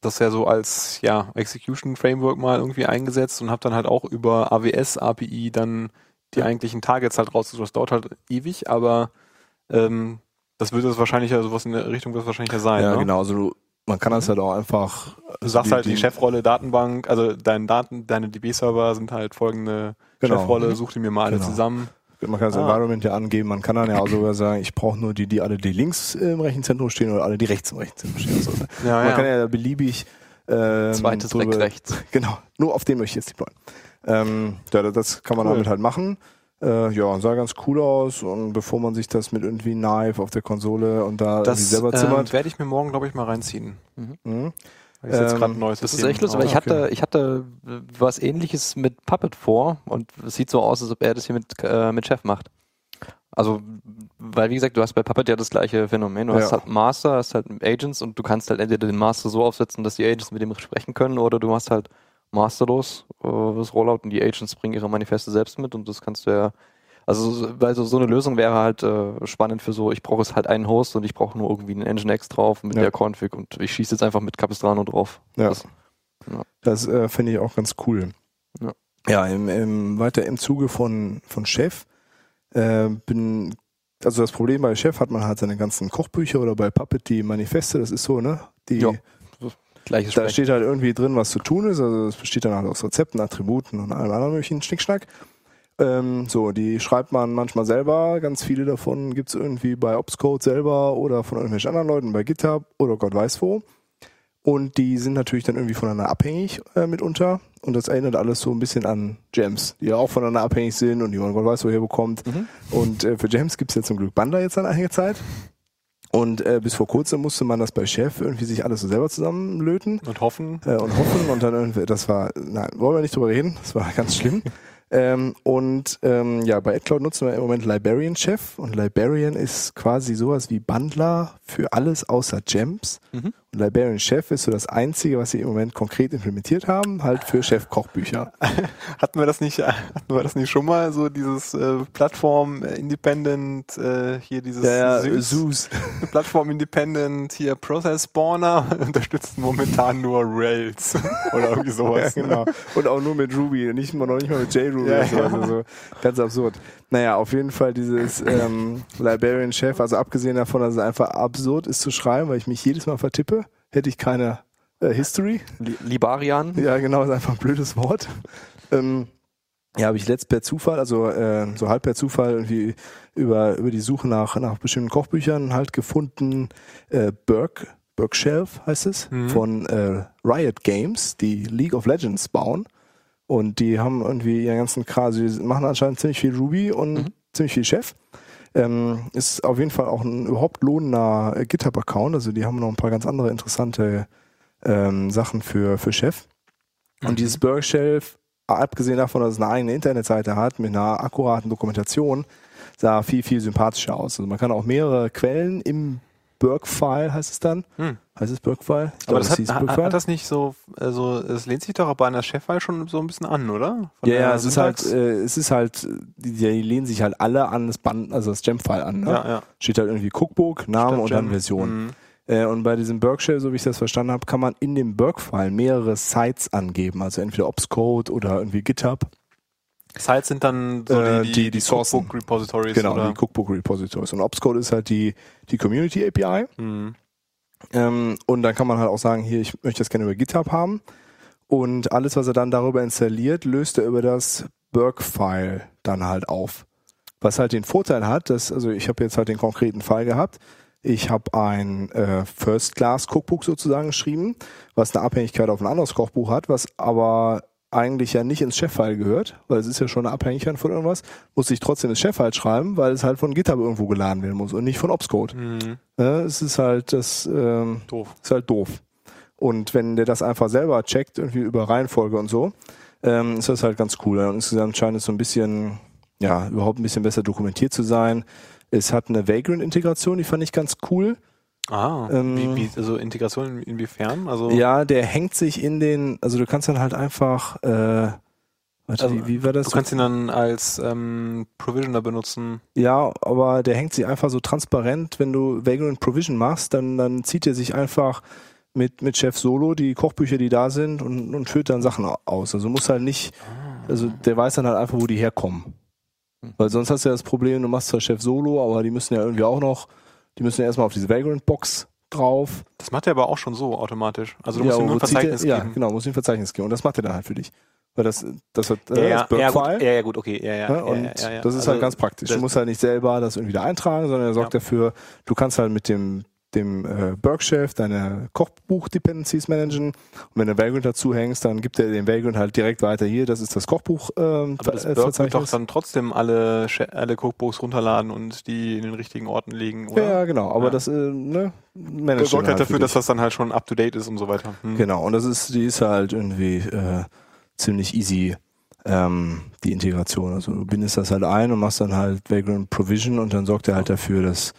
das ja so als ja, Execution Framework mal irgendwie eingesetzt und habe dann halt auch über AWS API dann die eigentlichen Targets halt rausgesucht. Das dauert halt ewig, aber ähm, das würde das wahrscheinlich, also was in der Richtung wird das wahrscheinlich ja sein.
ja,
ne? Mhm.
genau. Also du, man kann das halt auch einfach.
Du sagst
die-
halt die,
die-
Chefrolle Datenbank, also deine Daten, deine DB-Server sind halt folgende
Genau.
Chefrolle, such die mir mal alle
Genau.
zusammen.
Man kann das
Ah.
Environment ja angeben, man kann dann ja auch sogar sagen, ich brauche nur die, die alle die links im Rechenzentrum stehen oder alle die rechts im Rechenzentrum stehen. Also,
Ah, Ja,
man kann ja beliebig ähm,
Zweites Back
drüber-
rechts.
Genau, nur auf den möchte ich jetzt deployen. Ähm, ja, da- das kann man
Cool.
damit halt machen. Äh, ja, und sah ganz cool aus. Und bevor man sich das mit irgendwie Knife auf der Konsole und da
das
irgendwie selber
ähm,
zimmert.
werde ich mir morgen, glaube ich, mal reinziehen.
Mhm.
Weil ich jetzt
Ähm,
gerade ein neues
Das ist
System
echt lustig,
brauche.
weil ich hatte, ich hatte äh, was ähnliches mit Puppet vor und es sieht so aus, als ob er das hier mit, äh, mit Chef macht. Also, weil wie gesagt, du hast bei Puppet ja das gleiche Phänomen. Du hast
Ja.
halt Master, hast halt Agents und du kannst halt entweder den Master so aufsetzen, dass die Agents mit dem sprechen können oder du machst halt masterlos äh, das Rollout und die Agents bringen ihre Manifeste selbst mit und das kannst du ja. Also, so- weil so, so eine Lösung wäre halt äh, spannend für so, ich brauche es halt einen Host und ich brauche nur irgendwie einen Nginx drauf mit
Ja.
der Config und ich schieße jetzt einfach mit Capistrano drauf.
Ja.
Das- ja.
Das äh, finde ich auch ganz cool.
Ja.
Ja, im, im, weiter im Zuge von, von Chef äh, bin. Also das Problem bei Chef hat man halt seine ganzen Kochbücher oder bei Puppet die Manifeste, das ist so, ne? Die
Ja. Gleiches
Da steht halt irgendwie drin, was zu tun ist. Also es besteht dann halt aus Rezepten, Attributen und allem anderen möglichen Schnickschnack. Ähm, so, die schreibt man manchmal selber. Ganz viele davon gibt's irgendwie bei Opscode selber oder von irgendwelchen anderen Leuten bei GitHub oder Gott weiß wo. Und die sind natürlich dann irgendwie voneinander abhängig äh, mitunter. Und das erinnert alles so ein bisschen an Gems, die ja auch voneinander abhängig sind und die man Gott weiß woher bekommt. Und äh, für Gems gibt's ja zum Glück Bundler jetzt dann einige Zeit. Und äh, bis vor kurzem musste man das bei Chef irgendwie sich alles so selber zusammenlöten
Und hoffen.
äh, und hoffen und dann irgendwie, das war, nein, wollen wir nicht drüber reden, das war ganz schlimm. ähm, und ähm, ja, bei AdCloud nutzen wir im Moment Liberian Chef und Liberian ist quasi sowas wie Bundler für alles außer Gems.
Mhm.
Und Liberian Chef ist so das Einzige, was sie im Moment konkret implementiert haben, halt
Ah.
für Chef-Kochbücher.
[LAUGHS] Hatten wir das nicht, [LAUGHS] hatten wir das nicht schon mal, so dieses äh, Plattform äh, Independent, äh, hier dieses Süß-
Zeus.
Plattform Independent, hier Process Spawner [LAUGHS] unterstützen momentan nur Rails [LAUGHS] oder irgendwie
Ja,
sowas. ne?
genau. Und auch nur mit Ruby, nicht mal, noch nicht mal mit JRuby.
Ja,
oder so.
ja.
Also so. Ganz absurd. Naja, auf jeden Fall dieses ähm, Liberian Chef, also abgesehen davon, dass es einfach absurd ist zu schreiben, weil ich mich jedes Mal vertippe, hätte ich keine äh, History.
Li Libarian.
Ja, genau, ist einfach ein blödes Wort. Ähm, ja, habe ich letzt per Zufall, also äh, so halb per Zufall irgendwie über, über die Suche nach, nach bestimmten Kochbüchern halt gefunden, äh, Burke, Burke Shelf heißt es, von äh, Riot Games, die League of Legends bauen. Und die haben irgendwie ihren ganzen Kram, sie machen anscheinend ziemlich viel Ruby und ziemlich viel Chef. Ähm, ist auf jeden Fall auch ein überhaupt lohnender äh, GitHub-Account. Also die haben noch ein paar ganz andere interessante ähm, Sachen für, für Chef.
Mhm.
Und dieses Burger Shelf, abgesehen davon, dass es eine eigene Internetseite hat mit einer akkuraten Dokumentation, sah viel, viel sympathischer aus. Also man kann auch mehrere Quellen im Burg-File heißt es dann.
Hm.
Heißt es Burg-File? Ich
Aber
glaube,
das hat,
hieß
hat,
Burg-File.
hat das nicht so, also es lehnt sich doch bei einer Chefwahl schon so ein bisschen an, oder? Von
Ja,
der
ja, es ist halt,
Syntax?
äh, es ist halt, äh, die, die lehnen sich halt alle an das Band, also das Gem-File an. Ne?
ja, ja.
Steht halt irgendwie Cookbook, Name und dann
Gem.
Version.
Mhm.
Äh, und bei diesem Berkshire, so wie ich das verstanden habe, kann man in dem Berg-File mehrere Sites angeben, also entweder Opscode oder irgendwie GitHub.
Sites sind dann so
Äh,
die,
die-
die,
die Sourcen.
Cookbook Repositories
Genau,
oder?
die Cookbook Repositories. Und Opscode ist halt die, die Community API.
Mhm.
Ähm, und dann kann man halt auch sagen, hier, ich möchte das gerne über GitHub haben. Und alles, was er dann darüber installiert, löst er über das Burg-File dann halt auf. Was halt den Vorteil hat, dass, also ich habe jetzt halt den konkreten Fall gehabt. Ich habe ein äh, First-Class-Cookbook sozusagen geschrieben, was eine Abhängigkeit auf ein anderes Kochbuch hat, was aber eigentlich ja nicht ins Chef-File gehört, weil es ist ja schon eine Abhängigkeit von irgendwas, muss ich trotzdem ins Chef-File schreiben, weil es halt von GitHub irgendwo geladen werden muss und nicht von Opscode.
Mhm.
Ne, es ist halt das ähm,
Doof.
ist halt doof. Und wenn der das einfach selber checkt, irgendwie über Reihenfolge und so, ähm, ist das halt ganz cool. Und insgesamt scheint es so ein bisschen, ja, überhaupt ein bisschen besser dokumentiert zu sein. Es hat eine Vagrant-Integration, die fand ich ganz cool.
Ah,
Ähm,
wie, wie, also Integration in, inwiefern? Also
Ja, der hängt sich in den, also du kannst dann halt einfach, äh, warte,
Also,
wie, wie war das?
du kannst ihn dann als ähm, Provisioner benutzen.
Ja, aber der hängt sich einfach so transparent. Wenn du Vagrant Provision machst, dann, dann zieht er sich einfach mit, mit Chef Solo die Kochbücher, die da sind, und, und führt dann Sachen aus. Also muss halt nicht, also der weiß dann halt einfach, wo die herkommen.
Hm.
Weil sonst hast du ja das Problem, du machst zwar Chef Solo, aber die müssen ja irgendwie auch noch, die müssen ja erstmal auf diese Vagrant-Box drauf.
Das macht er aber auch schon so automatisch. Also du
ja,
musst ihm
wo
nur ein
zieht der-
Verzeichnis
ja,
geben.
genau, muss ihm ein Verzeichnis geben. Und das macht er dann halt für dich. Weil das, das hat
Ja,
äh,
ja,
das Burp
ja, gut,
File.
ja, ja, gut, okay, ja, ja.
Ne?
ja,
und
ja, ja, ja.
das ist
also,
halt ganz praktisch. Du
das-
musst halt nicht selber das irgendwie da eintragen, sondern er sorgt
Ja.
dafür, du kannst halt mit dem, dem äh, Bergchef deine Kochbuch-Dependencies managen. Und wenn du Vagrant dazu hängst, dann gibt er den Vagrant halt direkt weiter hier. Das ist das Kochbuch. Ähm,
Aber das
Ver- äh,
Bird wird doch
Verzeichnis.
dann trotzdem alle, Che- alle Cookbooks runterladen und die in den richtigen Orten legen, oder?
ja, genau. Aber
Ja.
das äh, ne, managt
Der sorgt
dann
halt dafür,
für
dass
dich.
das dann halt schon up-to-date ist und so weiter. Hm.
Genau. Und das ist, die ist halt irgendwie äh, ziemlich easy. Ähm, die Integration. Also du bindest das halt ein und machst dann halt Vagrant Provision und dann sorgt er halt dafür, dass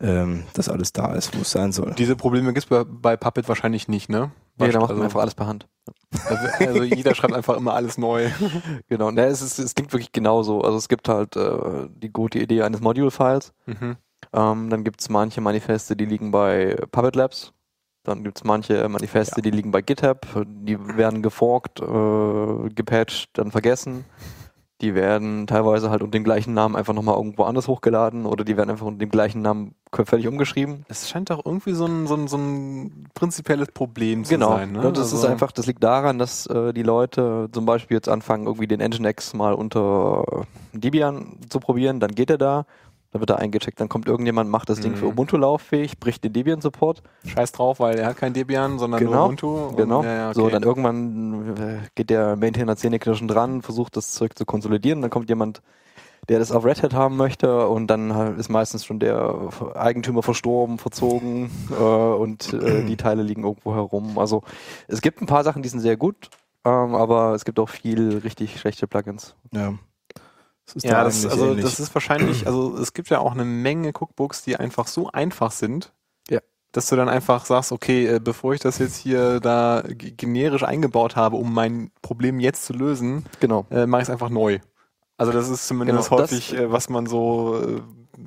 ähm, das alles da ist, wo es sein soll.
Diese Probleme gibt es bei, bei Puppet wahrscheinlich nicht, ne?
Nee, da macht
also,
man einfach alles per Hand.
also, also jeder schreibt einfach immer alles neu.
Genau, ne, es, ist, es klingt wirklich genauso. Also es gibt halt äh, die gute Idee eines Module-Files.
Mhm.
Ähm, dann gibt es manche Manifeste, die liegen bei Puppet Labs. Dann gibt es manche Manifeste, die liegen bei GitHub. Die werden geforkt, äh, gepatcht, dann vergessen. Die werden teilweise halt unter dem gleichen Namen einfach nochmal irgendwo anders hochgeladen oder die werden einfach unter dem gleichen Namen völlig umgeschrieben.
Es scheint auch irgendwie so ein, so ein, so ein prinzipielles Problem zu
Genau.
sein. Ne?
Und das ist
Also-
einfach, das liegt daran, dass äh, die Leute zum Beispiel jetzt anfangen, irgendwie den Nginx mal unter äh, Debian zu probieren, dann geht er da, dann wird er eingecheckt, dann kommt irgendjemand, macht das Ding
Mhm.
für Ubuntu lauffähig, bricht den Debian-Support.
Scheiß drauf, weil er hat kein Debian, sondern nur
Genau,
Ubuntu. Und-
Genau.
Ja, ja, okay.
So, dann irgendwann äh, geht der Maintainer zähneknirschend dran, versucht das Zeug zu konsolidieren, dann kommt jemand, der das auf Red Hat haben möchte und dann ist meistens schon der Eigentümer verstorben, verzogen äh,
[CLEARS THROAT]
und äh, die Teile liegen irgendwo herum. Also es gibt ein paar Sachen, die sind sehr gut, ähm, aber es gibt auch viel richtig schlechte Plugins.
Ja. Das ist
ja,
da
das,
eigentlich
also
ähnlich.
das ist wahrscheinlich, also es gibt ja auch eine Menge Cookbooks, die einfach so einfach sind,
Ja.
dass du dann einfach sagst, okay, äh, bevor ich das jetzt hier da g- generisch eingebaut habe, um mein Problem jetzt zu lösen,
Genau.
äh, mache ich es einfach neu. Also das ist zumindest
Genau, das-
häufig, äh, was man so, äh,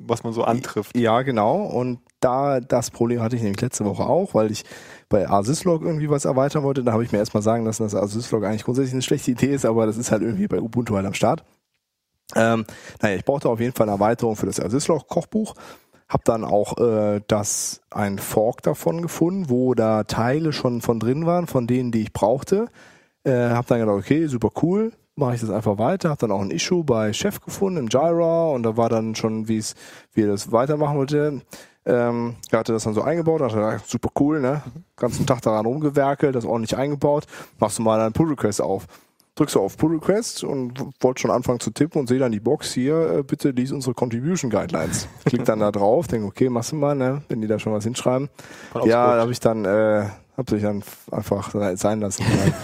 was man so antrifft.
Ja, genau. Und da das Problem hatte ich nämlich letzte Woche auch, weil ich bei Asislog irgendwie was erweitern wollte. Da habe ich mir erstmal sagen lassen, dass Asislog eigentlich grundsätzlich eine schlechte Idee ist, aber das ist halt irgendwie bei Ubuntu halt am Start. Ähm, naja, ich brauchte auf jeden Fall eine Erweiterung für das Asislog-Kochbuch. Hab dann auch äh, das ein Fork davon gefunden, wo da Teile schon von drin waren, von denen, die ich brauchte. Äh, hab dann gedacht, okay, super cool, mache ich das einfach weiter. Hab dann auch ein Issue bei Chef gefunden im Jira und da war dann schon, wie es, wie er das weitermachen wollte. Ähm, er hatte das dann so eingebaut, dachte, ah, super cool, ne? Ganzen Tag daran rumgewerkelt, das ordentlich eingebaut. Machst du mal einen Pull Request auf. Drückst du auf Pull Request und w- wollt schon anfangen zu tippen und sehe dann die Box hier, äh, bitte lies unsere Contribution Guidelines. Klick dann da drauf, denke, okay, machst du mal, ne? Wenn die da schon was hinschreiben.
Voll ausgelutscht.
Ja, da habe ich dann, äh, hab ich dann f- einfach sein lassen. Weil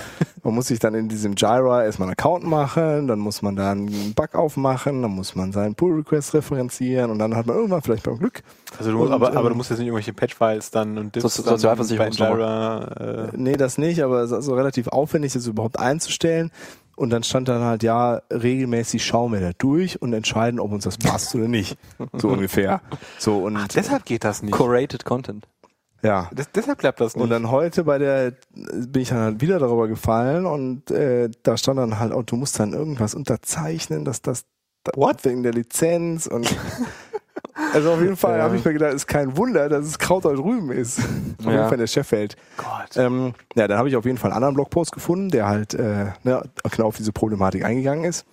man muss sich dann in diesem Jira erstmal einen Account machen, dann muss man da einen Bug aufmachen, dann muss man seinen Pull-Request referenzieren und dann hat man irgendwann vielleicht beim Glück,
also du,
und,
aber, aber
ähm,
du musst jetzt nicht irgendwelche Patch-Files dann und
Sozi-
dann bei
Sozialversicherungsnummer.
Jira, äh,
nee, das nicht, aber es ist also relativ aufwendig, das überhaupt einzustellen. Und dann stand dann halt, ja, regelmäßig schauen wir da durch und entscheiden, ob uns das passt oder nicht. So ungefähr. So und
deshalb geht das nicht.
Curated Content.
ja.
Das, deshalb klappt das nicht.
Und dann heute bei der bin ich dann halt wieder darüber gefallen und äh, da stand dann halt, oh, du musst dann irgendwas unterzeichnen, dass das What? wegen der Lizenz und also auf jeden Fall
Ja.
habe ich mir gedacht, ist kein Wunder, dass es Kraut und Rüben ist. Auf
Ja.
jeden Fall in der Chefwelt.
Gott.
Ähm, ja, dann habe ich auf jeden Fall einen anderen Blogpost gefunden, der halt äh, ne, genau auf diese Problematik eingegangen ist.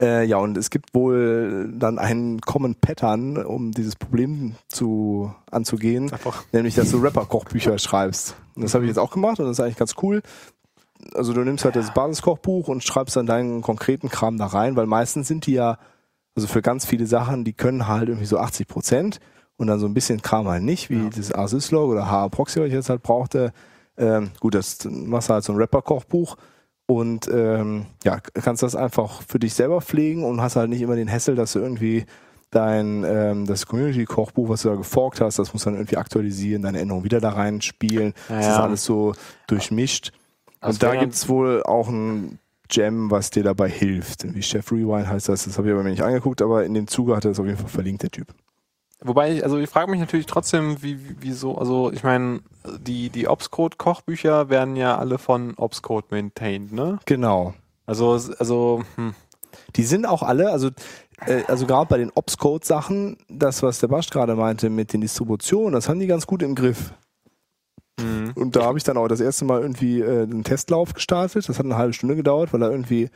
Äh, ja, und es gibt wohl dann einen Common Pattern, um dieses Problem zu anzugehen.
Einfach.
Nämlich, dass du Rapper-Kochbücher schreibst. Und das habe ich jetzt auch gemacht und das ist eigentlich ganz cool. Also du nimmst halt das Basiskochbuch und schreibst dann deinen konkreten Kram da rein, weil meistens sind die ja, also für ganz viele Sachen, die können halt irgendwie so 80 Prozent und dann so ein bisschen Kram halt nicht, wie das Asislog oder HA Proxy, was ich jetzt halt brauchte. Ähm, gut, das machst du halt so ein Rapper-Kochbuch und ähm, ja, kannst das einfach für dich selber pflegen und hast halt nicht immer den Hassel, dass du irgendwie dein ähm, das Community-Kochbuch, was du da geforkt hast, das muss dann irgendwie aktualisieren, deine Änderungen wieder da reinspielen. Das
Ja.
ist alles so durchmischt.
Also
und da
wenn-
gibt es wohl auch ein Gem, was dir dabei hilft. Wie Chef Rewind heißt das, das habe ich aber mir nicht angeguckt, aber in dem Zuge hat er das auf jeden Fall verlinkt, der Typ.
Wobei, ich- also ich frage mich natürlich trotzdem, wie, wie- wieso, also ich meine, die, die Obscode-Kochbücher werden ja alle von Obscode maintained, ne?
Genau.
Also, es- also, hm.
Die sind auch alle, also, äh, also gerade bei den Ops-Code-Sachen, das, was der Basch gerade meinte mit den Distributionen, das haben die ganz gut im Griff.
Mhm.
Und da habe ich dann auch das erste Mal irgendwie äh, einen Testlauf gestartet. Das hat eine halbe Stunde gedauert, weil er irgendwie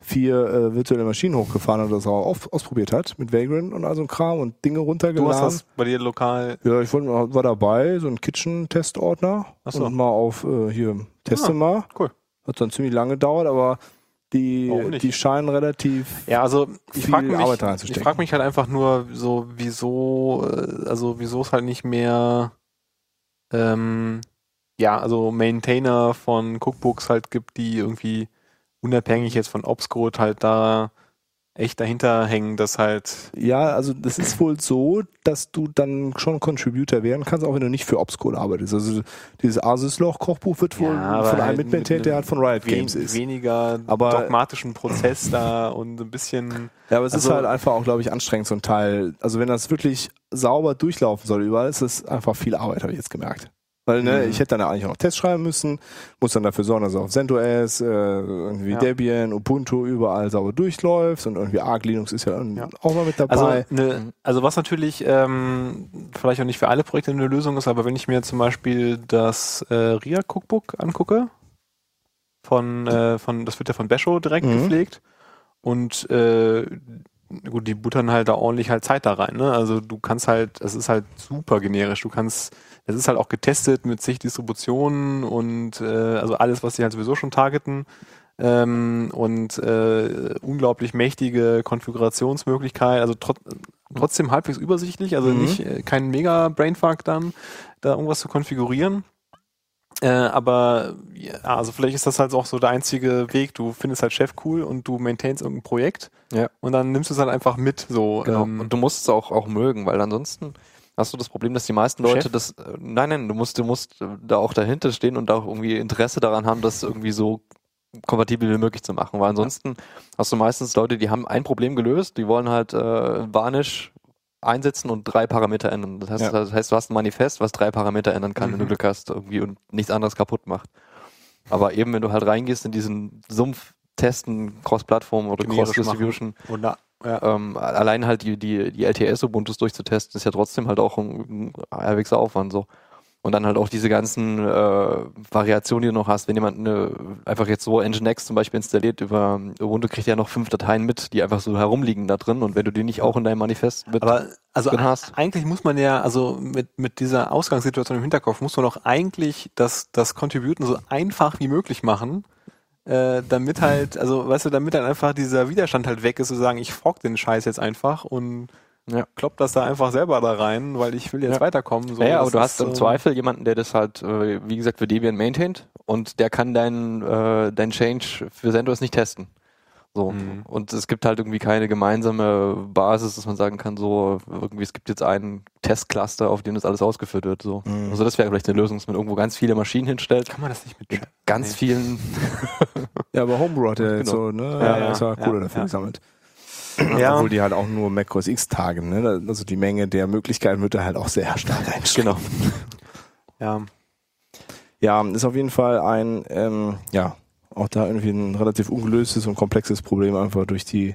vier äh, virtuelle Maschinen hochgefahren hat und das auch auf, ausprobiert hat mit Vagrant und all so ein Kram und Dinge
du hast
runtergeladen.
das bei dir lokal,
Ja, ich wollte- war dabei, so ein Kitchen-Testordner
Ach so.
und mal auf äh, hier teste
Ah,
mal.
cool.
Hat dann ziemlich lange gedauert, aber die,
Warum nicht?
die scheinen relativ
ja, also ich
Viel
frage mich, ich
Arbeit reinzustecken.
frag mich halt einfach nur, so, wieso, äh, also wieso es halt nicht mehr, ähm, ja, also Maintainer von Cookbooks halt gibt, die irgendwie unabhängig jetzt von Obscode halt da echt dahinter hängen, dass halt
Ja, also das ist wohl so, dass du dann schon Contributor werden kannst, auch wenn du nicht für Obscode arbeitest. Also dieses Asusloch-Kochbuch wird wohl
Ja, aber
von einem
halt
mitmentiert,
mit
der halt von Riot
wen-
Games ist.
weniger
Aber-
dogmatischen Prozess da und ein bisschen.
Ja, aber es
also-
ist halt einfach auch, glaube ich, anstrengend, so ein Teil. Also wenn das wirklich sauber durchlaufen soll überall, ist es einfach viel Arbeit, habe ich jetzt gemerkt. Weil ne,
Mhm.
ich hätte dann eigentlich auch noch Tests schreiben müssen, muss dann dafür sorgen, dass er auf CentOS, äh, irgendwie
Ja.
Debian, Ubuntu überall sauber durchläuft und irgendwie Arc Linux ist ja,
Ja.
auch mal mit dabei.
Also, ne, also was natürlich ähm, vielleicht auch nicht für alle Projekte eine Lösung ist, aber wenn ich mir zum Beispiel das äh, RIA Cookbook angucke, von, äh, von, das wird ja von Besho direkt
Mhm.
gepflegt und äh, gut, die buttern halt da ordentlich halt Zeit da rein. Ne? Also du kannst halt, es ist halt super generisch. Du kannst, es ist halt auch getestet mit zig Distributionen und äh, also alles, was die halt sowieso schon targeten. Ähm, und äh, unglaublich mächtige Konfigurationsmöglichkeit, also trot trotzdem halbwegs übersichtlich, also
Mhm.
nicht äh, kein mega Brainfuck dann, da irgendwas zu konfigurieren. Äh, aber ja, also vielleicht ist das halt auch so der einzige Weg. Du findest halt Chef cool und du maintainst irgendein Projekt
Ja.
und dann nimmst du es halt einfach mit. So,
Genau.
ähm,
und du musst es auch, auch mögen, weil ansonsten hast du das Problem, dass die meisten
Chef?
Leute das. äh, Nein, nein, du musst, du musst äh, da auch dahinter stehen und auch irgendwie Interesse daran haben, das irgendwie so kompatibel wie möglich zu machen. Weil ansonsten hast du meistens Leute, die haben ein Problem gelöst, die wollen halt äh, Varnish einsetzen und drei Parameter ändern. Das heißt,
Ja.
das heißt, du hast ein Manifest, was drei Parameter ändern kann, wenn du
Mhm.
Glück hast irgendwie und nichts anderes kaputt macht. Aber eben, wenn du halt reingehst in diesen Sumpf testen, Cross-Plattform oder
Generisch
Cross-Distribution,
und da, ja.
ähm, allein halt die, die, die LTS-Ubuntus durchzutesten, ist ja trotzdem halt auch ein, ein halbwegs Aufwand so. Und dann halt auch diese ganzen äh, Variationen, die du noch hast. Wenn jemand eine, einfach jetzt so Nginx zum Beispiel installiert über Ubuntu, kriegt er ja noch fünf Dateien mit, die einfach so herumliegen da drin. Und wenn du die nicht auch in deinem Manifest mit
Aber also
drin
a-
hast.
eigentlich muss man ja, also mit, mit dieser Ausgangssituation im Hinterkopf muss man auch eigentlich das, das Contributen so einfach wie möglich machen, äh, damit halt, also weißt du, damit dann einfach dieser Widerstand halt weg ist, zu sagen, ich fork den Scheiß jetzt einfach und
Ja.
klopp das da einfach selber da rein, weil ich will jetzt
Ja.
weiterkommen. So,
naja, aber
das
du
ist,
hast im
ähm,
Zweifel jemanden, der das halt, äh, wie gesagt, für Debian maintaint und der kann dein, äh, dein Change für CentOS nicht testen. So.
Mhm.
Und es gibt halt irgendwie keine gemeinsame Basis, dass man sagen kann, so, irgendwie, es gibt jetzt einen Testcluster, auf dem das alles ausgeführt wird. So.
Mhm.
Also das wäre vielleicht eine Lösung, dass man irgendwo ganz viele Maschinen hinstellt,
Kann man das nicht mit
mit ganz
Nee.
vielen.
ja, aber Homebrew hat ja jetzt
Genau.
so, ne,
Ja,
ja, ist ja,
ja,
Kohle
ja,
dafür
ja.
gesammelt.
Ja.
Obwohl die halt auch nur Mac OS X tagen, ne? Also die Menge der Möglichkeiten wird da halt auch sehr stark eingeschränkt.
genau.
Ja.
Ja, ist auf jeden Fall ein, ähm, ja, auch da irgendwie ein relativ ungelöstes und komplexes Problem einfach durch die,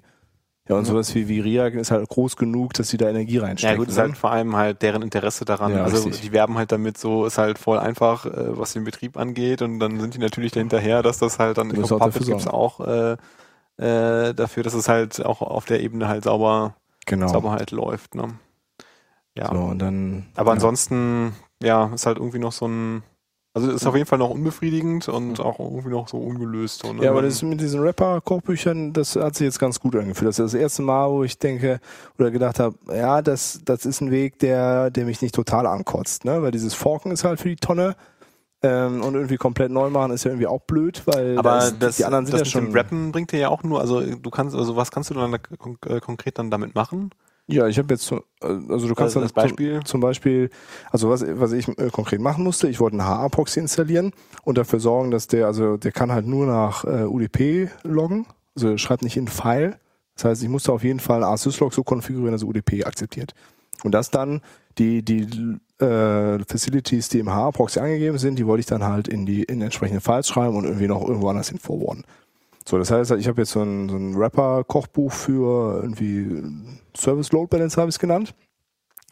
ja, und sowas wie, wie RIA ist halt groß genug, dass sie da Energie
Ja
reinstecken.
gut, ist
ne?
halt vor allem halt deren Interesse daran.
Ja,
also
richtig.
die werben halt damit so, ist halt voll einfach, äh, was den Betrieb angeht und dann sind die natürlich dahinterher, dass das halt dann
Du musst auch
Puppet
dafür
gibt's auch äh, äh, dafür, dass es halt auch auf der Ebene halt sauber,
genau.
sauber halt läuft. Ne? Ja.
So, und dann,
Aber
ja.
ansonsten, ja, ist halt irgendwie noch so ein also ist auf jeden Fall noch unbefriedigend und auch irgendwie noch so ungelöst. So, ne?
Ja, aber das mit diesen Rapper-Kochbüchern, das hat sich jetzt ganz gut angefühlt. Das ist das erste Mal, wo ich denke oder gedacht habe, ja, das, das ist ein Weg, der, der mich nicht total ankotzt, ne? Weil dieses Forken ist halt für die Tonne. Ähm, und irgendwie komplett neu machen ist ja irgendwie auch blöd, weil
Aber
das-
das,
die anderen sind
das
ja
mit
schon.
dem Rappen bringt dir ja auch nur, also du kannst, also was kannst du dann da kon äh, konkret dann damit machen?
Ja, ich habe jetzt, so- also du kannst
Also
dann
das Beispiel.
Zum, zum Beispiel, also was, was ich äh, konkret machen musste, ich wollte eine HA-Proxy installieren und dafür sorgen, dass der, also der kann halt nur nach äh, UDP loggen, also er schreibt nicht in File. Das heißt, ich musste auf jeden Fall einen Syslog so konfigurieren, dass er UDP akzeptiert. Und das dann, die, die äh, Facilities, die im HA-Proxy angegeben sind, die wollte ich dann halt in die in entsprechende Files schreiben und irgendwie noch irgendwo anders hin forwarden. So, das heißt, ich habe jetzt so ein, so ein Rapper-Kochbuch für irgendwie Service Load Balancer habe ich es genannt,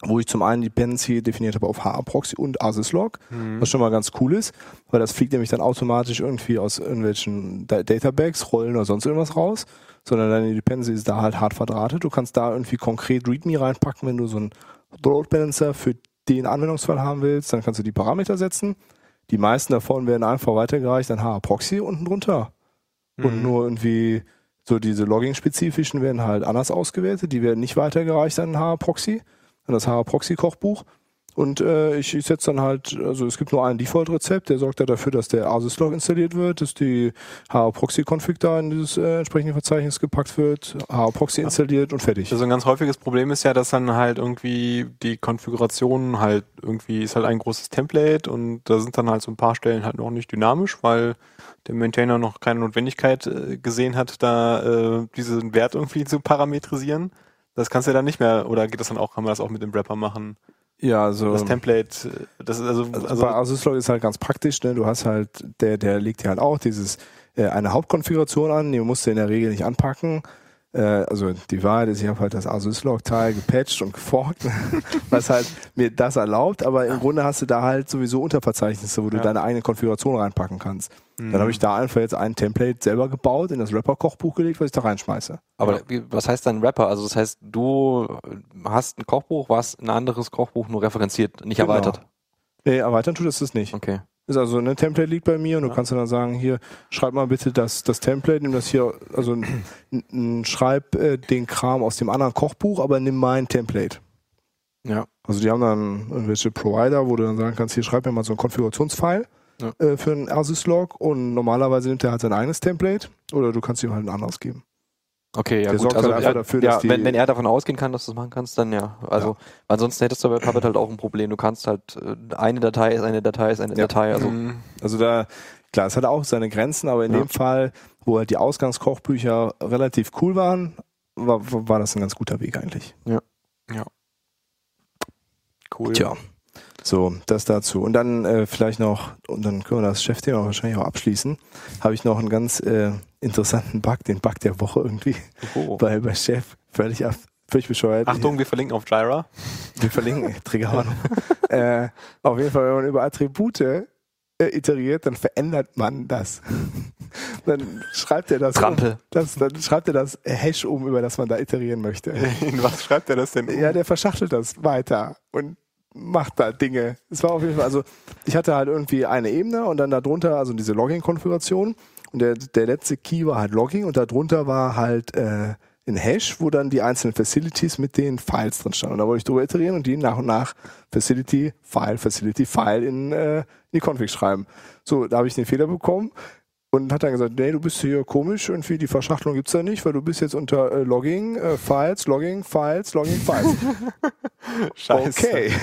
wo ich zum einen die Dependency definiert habe auf HA-Proxy und Asyslog, was schon mal ganz cool ist, weil das fliegt nämlich dann automatisch irgendwie aus irgendwelchen Da- Databags, Rollen oder sonst irgendwas raus, sondern deine Dependency ist da halt hart verdrahtet. Du kannst da irgendwie konkret README reinpacken, wenn du so einen Load Balancer für den Anwendungsfall haben willst, dann kannst du die Parameter setzen. Die meisten davon werden einfach weitergereicht an HA-Proxy unten drunter. Und nur irgendwie so diese Logging-spezifischen werden halt anders ausgewertet. Die werden nicht weitergereicht an HA-Proxy, an das HA-Proxy-Kochbuch. Und äh, ich, ich setze dann halt, also es gibt nur ein Default-Rezept, der sorgt ja dafür, dass der Asyslog installiert wird, dass die HA-Proxy-Config da in dieses äh, entsprechende Verzeichnis gepackt wird, HA-Proxy installiert und fertig.
Also ein ganz häufiges Problem ist ja, dass dann halt irgendwie die Konfiguration halt irgendwie ist halt ein großes Template und da sind dann halt so ein paar Stellen halt noch nicht dynamisch, weil der Maintainer noch keine Notwendigkeit äh, gesehen hat, da äh, diesen Wert irgendwie zu parametrisieren. Das kannst du ja also dann nicht mehr, oder geht das dann auch, kann man das auch mit dem Wrapper machen?
Ja, so.
Das Template, äh, das ist also,
Ähm. Also,
also
bei Asus Log ist halt ganz praktisch, ne? Du hast halt, der, der legt dir halt auch dieses äh, eine Hauptkonfiguration an, die musst du in der Regel nicht anpacken. Äh, also die Wahrheit ist, ich habe halt das Asus Log Teil gepatcht und geforkt, [LAUGHS] was halt mir das erlaubt, aber im Grunde hast du da halt sowieso Unterverzeichnisse, wo du
Ja.
deine eigene Konfiguration reinpacken kannst. Dann habe ich da einfach jetzt ein Template selber gebaut, in das Rapper-Kochbuch gelegt, was ich da reinschmeiße.
Aber wie- was heißt dann Rapper? Also das heißt, du hast ein Kochbuch, was ein anderes Kochbuch nur referenziert, nicht
Genau.
erweitert.
Nee, erweitern tut es das nicht.
Okay.
Ist also ein Template liegt bei mir und du kannst dann sagen, hier, schreib mal bitte das, das Template, nimm das hier, also n- n- schreib äh, den Kram aus dem anderen Kochbuch, aber nimm mein Template.
Ja.
Also die haben dann irgendwelche Provider, wo du dann sagen kannst, hier schreib mir mal so einen Konfigurationsfile
Ja.
äh, für einen Asus-Log und normalerweise nimmt er halt sein eigenes Template oder du kannst ihm halt ein anderes geben.
Okay, ja
Der
gut.
sorgt halt einfach
ja,
dafür,
ja,
dass die-
wenn, wenn er davon ausgehen kann, dass du das machen kannst, dann ja. Also ansonsten hättest du bei Puppet halt auch ein Problem. Du kannst halt äh, eine Datei ist eine Datei ist eine
Ja.
Datei. Also
mh,
Also da, klar, es hat auch seine Grenzen, aber in
Ja.
dem Fall, wo halt die Ausgangskochbücher relativ cool waren, war, war das ein ganz guter Weg eigentlich.
cool.
Tja. So, das dazu. Und dann äh, vielleicht noch, und dann können wir das Chefthema wahrscheinlich auch abschließen, habe ich noch einen ganz äh, interessanten Bug, den Bug der Woche irgendwie,
oh.
bei, bei Chef, völlig, ab- völlig bescheuert.
Achtung, wir verlinken auf
[LAUGHS]
Jira.
Wir verlinken, Triggerwarnung. [LAUGHS] äh, auf jeden Fall, wenn man über Attribute äh, iteriert, dann verändert man das. dann schreibt er das
Trampel.
Um. Das, dann schreibt er das Hash um, über das man da iterieren möchte.
In was schreibt er das denn? um?
Ja, der verschachtelt das weiter und macht da Dinge. Es war auf jeden Fall, also ich hatte halt irgendwie eine Ebene und dann darunter, also diese Logging-Konfiguration und der, der letzte Key war halt Logging und darunter war halt äh, ein Hash, wo dann die einzelnen Facilities mit den Files drin standen. Und da wollte ich drüber iterieren und die nach und nach Facility, File, Facility, File in, äh, in die Config schreiben. So, da habe ich den Fehler bekommen und hat dann gesagt, nee, du bist hier komisch, irgendwie die Verschachtelung gibt's da nicht, weil du bist jetzt unter äh, Logging, äh, Files, Logging, Files, Logging, Files.
Oh, Scheiße.
Okay.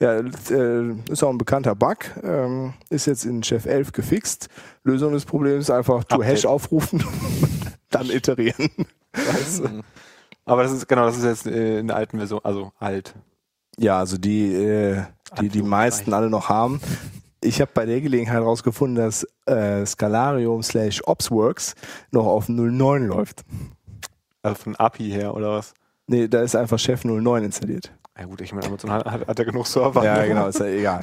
Ja, äh, ist auch ein bekannter Bug. Ähm, ist jetzt in Chef 11 gefixt. Lösung des Problems einfach to
Update.
Hash aufrufen, [LAUGHS] dann iterieren.
Aber das ist, genau, das ist jetzt äh, in der alten Version, also alt.
[LAUGHS] Ja, also die, äh, die die
Absolut
meisten
reicht.
alle noch haben. Ich habe bei der Gelegenheit rausgefunden, dass äh, Scalarium slash Opsworks noch auf 09 läuft.
Also von API her oder was?
Nee, da ist einfach Chef 09 installiert.
Ja gut, ich meine, Amazon hat, hat, hat ja genug Server.
Ja,
ne?
genau, ist ja egal.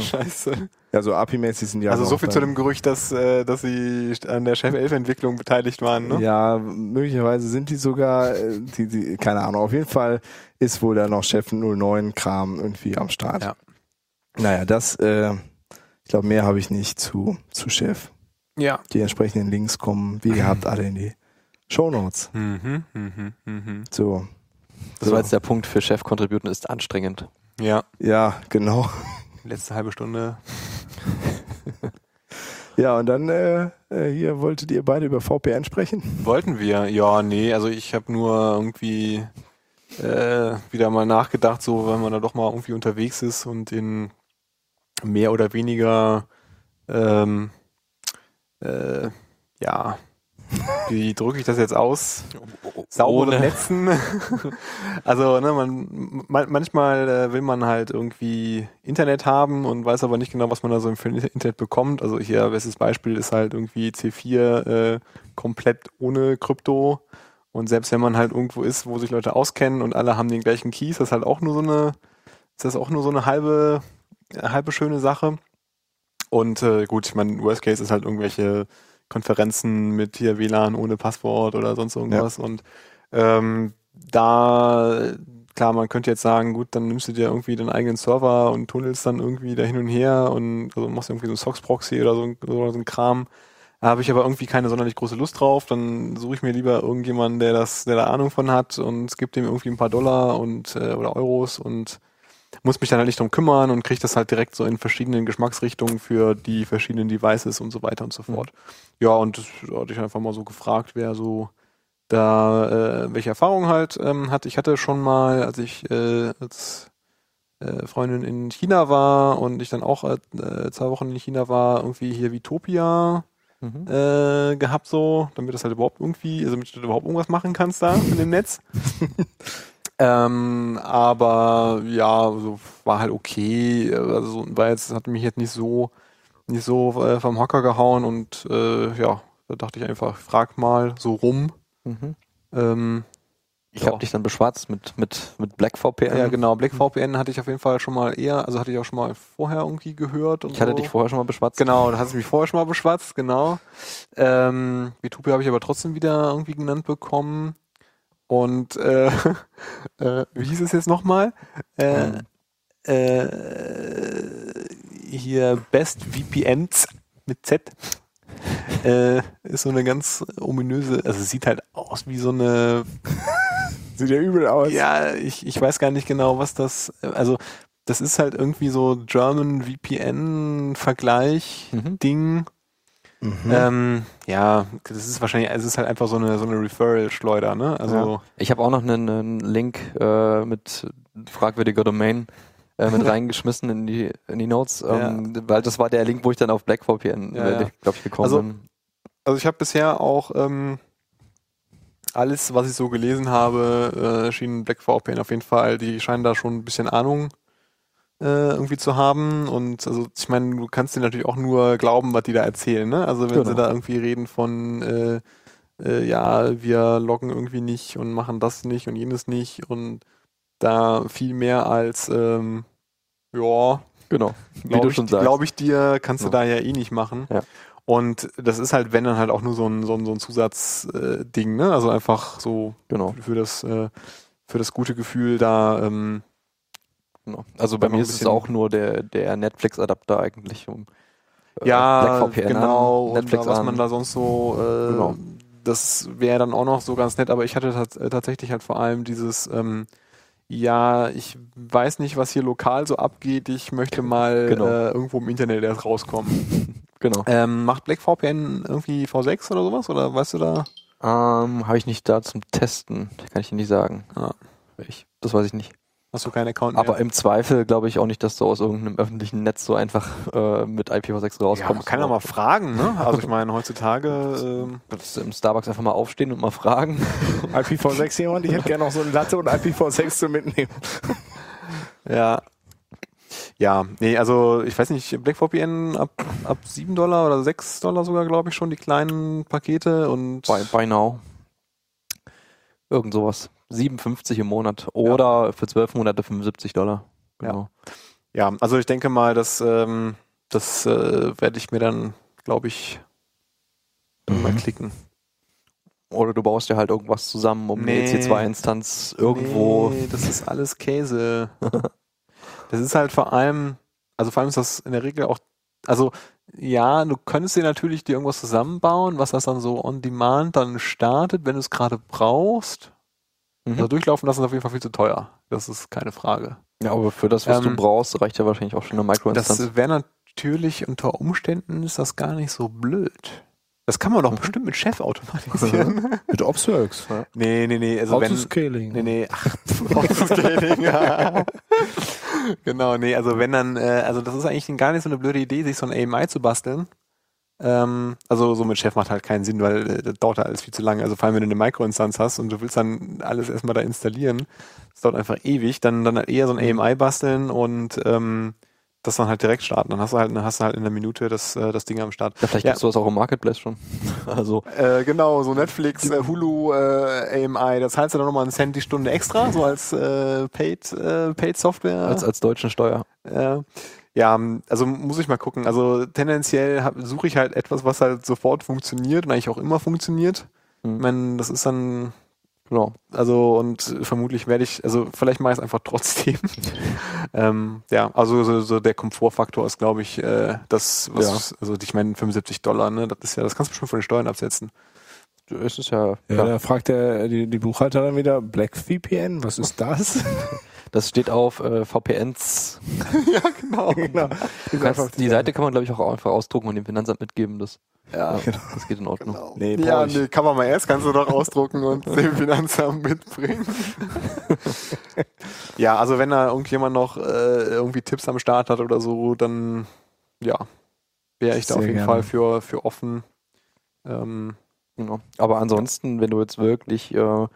[LAUGHS] Scheiße.
also API-mäßig sind die
Also
alle
so
noch
viel
bei-
zu dem Gerücht, dass, äh, dass sie an der Chef 11 Entwicklung beteiligt waren, ne?
Ja, möglicherweise sind die sogar, äh, die, die, keine Ahnung, auf jeden Fall ist wohl da noch Chef 09 Kram irgendwie am Start.
Ja.
Naja, das, äh, ich glaube, mehr habe ich nicht zu, zu Chef.
Ja.
Die entsprechenden Links kommen, wie gehabt, alle in die Shownotes.
Mhm, mhm, mhm.
So,
Das war jetzt
Genau.
der Punkt für Chef-Contributen ist anstrengend.
Ja,
ja, genau. [LAUGHS]
letzte halbe Stunde.
Ja, und dann äh, äh, hier wolltet ihr beide über VPN sprechen. [LAUGHS]
Wollten wir? Ja, nee, also ich habe nur irgendwie äh, wieder mal nachgedacht, so wenn man da doch mal irgendwie unterwegs ist und in mehr oder weniger ähm, äh, ja, wie drücke ich das jetzt aus? sauberen
Ohne-
Netzen. also ne, man, man, manchmal äh, will man halt irgendwie Internet haben und weiß aber nicht genau, was man da so für ein Internet bekommt. Also hier bestes Beispiel ist halt irgendwie C4 äh, komplett ohne Krypto. Und selbst wenn man halt irgendwo ist, wo sich Leute auskennen und alle haben den gleichen Key, ist das halt auch nur so eine, ist das auch nur so eine halbe, halbe schöne Sache. Und äh, gut, ich meine, Worst Case ist halt irgendwelche Konferenzen mit hier WLAN ohne Passwort oder sonst irgendwas. Und ähm, da, klar, man könnte jetzt sagen, gut, dann nimmst du dir irgendwie deinen eigenen Server und tunnelst dann irgendwie da hin und her und also machst irgendwie so einen SOX-Proxy oder so, ein- oder so ein Kram. Da habe ich aber irgendwie keine sonderlich große Lust drauf. Dann suche ich mir lieber irgendjemanden, der das, der da Ahnung von hat und gibt dem irgendwie ein paar Dollar und äh, oder Euros und muss mich dann halt nicht drum kümmern und kriege das halt direkt so in verschiedenen Geschmacksrichtungen für die verschiedenen Devices und so weiter und so fort. Ja, und das da hatte ich einfach mal so gefragt, wer so da, äh, welche Erfahrung halt ähm, hat. Ich hatte schon mal, als ich äh, als äh, Freundin in China war und ich dann auch äh, zwei Wochen in China war, irgendwie hier Vitopia
Mhm.
äh, gehabt,
[LAUGHS]
so, damit das halt überhaupt irgendwie, also damit du überhaupt irgendwas machen kannst da in dem Netz. Ähm, aber ja, so war halt okay. Also war jetzt, hat mich jetzt nicht so nicht so äh, vom Hocker gehauen und äh, ja, da dachte ich einfach, frag mal so rum.
Mhm.
Ähm,
Ich habe
Ja.
dich dann beschwarzt mit, mit, mit BlackVPN.
ja, genau, BlackVPN hatte ich auf jeden Fall schon mal eher, also hatte ich auch schon mal vorher irgendwie gehört. Und
Ich hatte
so.
dich vorher schon mal beschwarzt.
Genau, da hast du mich vorher schon mal beschwatzt, genau. Ähm, Vitupia habe ich aber trotzdem wieder irgendwie genannt bekommen. Und äh, [LAUGHS] äh, wie hieß es jetzt nochmal? Äh,
Ähm.
äh, hier Best VPNs mit Z. Äh, ist so eine ganz ominöse, also sieht halt aus wie so eine
Sieht ja übel aus.
ja, ich, ich weiß gar nicht genau, was das. Also, das ist halt irgendwie so German
Mhm.
VPN-Vergleich-Ding.
Mhm.
Ähm, ja, das ist wahrscheinlich, es ist halt einfach so eine, so eine Referral-Schleuder, ne? Also,
Ich habe auch noch einen, einen Link äh, mit fragwürdiger Domain äh,
[LAUGHS]
mit reingeschmissen in die, in die Notes, ähm, weil das war der Link, wo ich dann auf BlackVPN,
Ja,
äh,
ja.
glaube ich, gekommen
Also-
bin.
also ich habe bisher auch ähm, alles, was ich so gelesen habe, äh, schien BlackVPN auf jeden Fall, die scheinen da schon ein bisschen Ahnung äh, irgendwie zu haben und also ich meine, du kannst dir natürlich auch nur glauben, was die da erzählen, ne? Also wenn sie
Genau.
da irgendwie reden von äh, äh, ja, wir loggen irgendwie nicht und machen das nicht und jenes nicht und da viel mehr als ähm, ja,
Genau, wie
Glaub
du
ich-
schon sagst.
Glaube ich dir, kannst
Ja.
du da ja eh nicht machen.
Ja.
Und das ist halt, wenn dann halt auch nur so ein, so ein, so ein Zusatzding, äh, Ding, ne? Also einfach so
genau,
für das, äh, für das gute Gefühl da, ähm,
genau. Also
Dann
bei
noch
mir
ein
ist es
bisschen-
auch nur der, der Netflix-Adapter eigentlich. Um, äh,
ja,
BlackVPN
genau,
an,
und da,
Netflix
was
an.
man da sonst so, äh,
Genau.
das wäre dann auch noch so ganz nett, aber ich hatte tats äh, tatsächlich halt vor allem dieses, ähm, ja, ich weiß nicht, was hier lokal so abgeht, ich möchte mal
Genau.
äh, irgendwo im Internet erst rauskommen.
genau.
Ähm, macht BlackVPN irgendwie V6 oder sowas? Oder weißt du da?
Ähm, habe ich nicht da zum Testen, kann ich dir nicht sagen.
Ja.
Ich, das weiß ich nicht.
Hast du keinen Account
Aber im Zweifel glaube ich auch nicht, dass du aus irgendeinem öffentlichen Netz so einfach äh, mit IPv6
mehr? Ja, man
rauskommst.
kann ja mal fragen, ne? Also ich meine, heutzutage, ähm,
Würdest du im Starbucks einfach mal aufstehen und mal [LAUGHS] fragen.
IPv6 jemand, ich hätte gerne noch so eine Latte und IPv6 zu mitnehmen.
ja. Ja, nee, also ich weiß nicht, BlackVPN ab, ab 7 Dollar oder 6 Dollar sogar, glaube ich schon, die kleinen Pakete und
By, by now. Irgend sowas. 57 im Monat. Oder für 12 Monate 75 Dollar.
Ja.
Genau.
ja, also ich denke mal, dass ähm, das äh, werde ich mir dann, glaube ich, dann mal
Mhm.
klicken.
Oder du baust dir halt irgendwas zusammen, um
Nee.
eine EC2-Instanz irgendwo.
Nee, das ist alles [LAUGHS] Käse. das ist halt vor allem, also vor allem ist das in der Regel auch, also ja, du könntest dir natürlich dir irgendwas zusammenbauen, was das dann so on demand dann startet, wenn du es gerade brauchst.
Mhm.
Also durchlaufen lassen ist auf jeden Fall viel zu teuer. Das ist keine Frage.
Ja, aber für das, was
Ähm,
du brauchst, reicht ja wahrscheinlich auch schon eine Micro-Instanz.
Das wäre natürlich unter Umständen ist das gar nicht so blöd. Das kann man doch bestimmt mit Chef automatisieren.
Mit
[LAUGHS]
Obsworks. ne?
nee, nee, nee. Also wenn,
Autoscaling.
Nee, nee, ach, [LAUGHS] pf, Autoscaling, ja. [LAUGHS] genau, nee, also wenn dann, äh, also das ist eigentlich gar nicht so eine blöde Idee, sich so ein AMI zu basteln. Ähm, also so mit Chef macht halt keinen Sinn, weil äh, das dauert alles viel zu lange. Also vor allem, wenn du eine Microinstanz hast und du willst dann alles erstmal da installieren, das dauert einfach ewig, dann, dann eher so ein AMI basteln und ähm, das dann halt direkt starten. Dann hast du halt, dann hast du halt in einer Minute das, äh, das Ding am Start.
Ja, vielleicht
Ja.
gibst du das auch im Marketplace schon. [LAUGHS] Also,
Äh, genau, so Netflix, äh, Hulu, äh, AMI, das zahlst du dann nochmal einen Cent die Stunde extra, so als äh, Paid, äh, Paid Software.
als, als deutschen Steuer.
äh, ja, m, also muss ich mal gucken. Also tendenziell hab- suche ich halt etwas, was halt sofort funktioniert und eigentlich auch immer funktioniert.
Mhm.
Ich meine, das ist dann,
Genau.
also und vermutlich werde ich, also vielleicht mache ich es einfach trotzdem. ähm, ja, also so, so der Komfortfaktor ist, glaube ich, äh, das, was, also ich meine 75 Dollar, ne, das ist ja, das kannst du bestimmt von den Steuern absetzen.
Es ist ja,
Ja,
klar.
da fragt der, die, die Buchhalterin wieder, Black VPN, was ist das?
das steht auf äh, VPNs.
[LAUGHS]
genau. genau.
Du kannst, die Seite kann man, glaube ich, auch einfach ausdrucken und dem Finanzamt mitgeben. Das, ja.
Genau.
das geht in Ordnung.
Nee,
ja,
brauch ich.
nee, kann man mal erst, kannst du doch ausdrucken [LAUGHS] und dem Finanzamt mitbringen. [LAUGHS] ja, also wenn da irgendjemand noch äh, irgendwie Tipps am Start hat oder so, dann ja, wäre ich da
Sehr
auf jeden
gerne.
Fall für, für offen. Ähm,
Genau. Aber ansonsten, wenn du jetzt wirklich äh,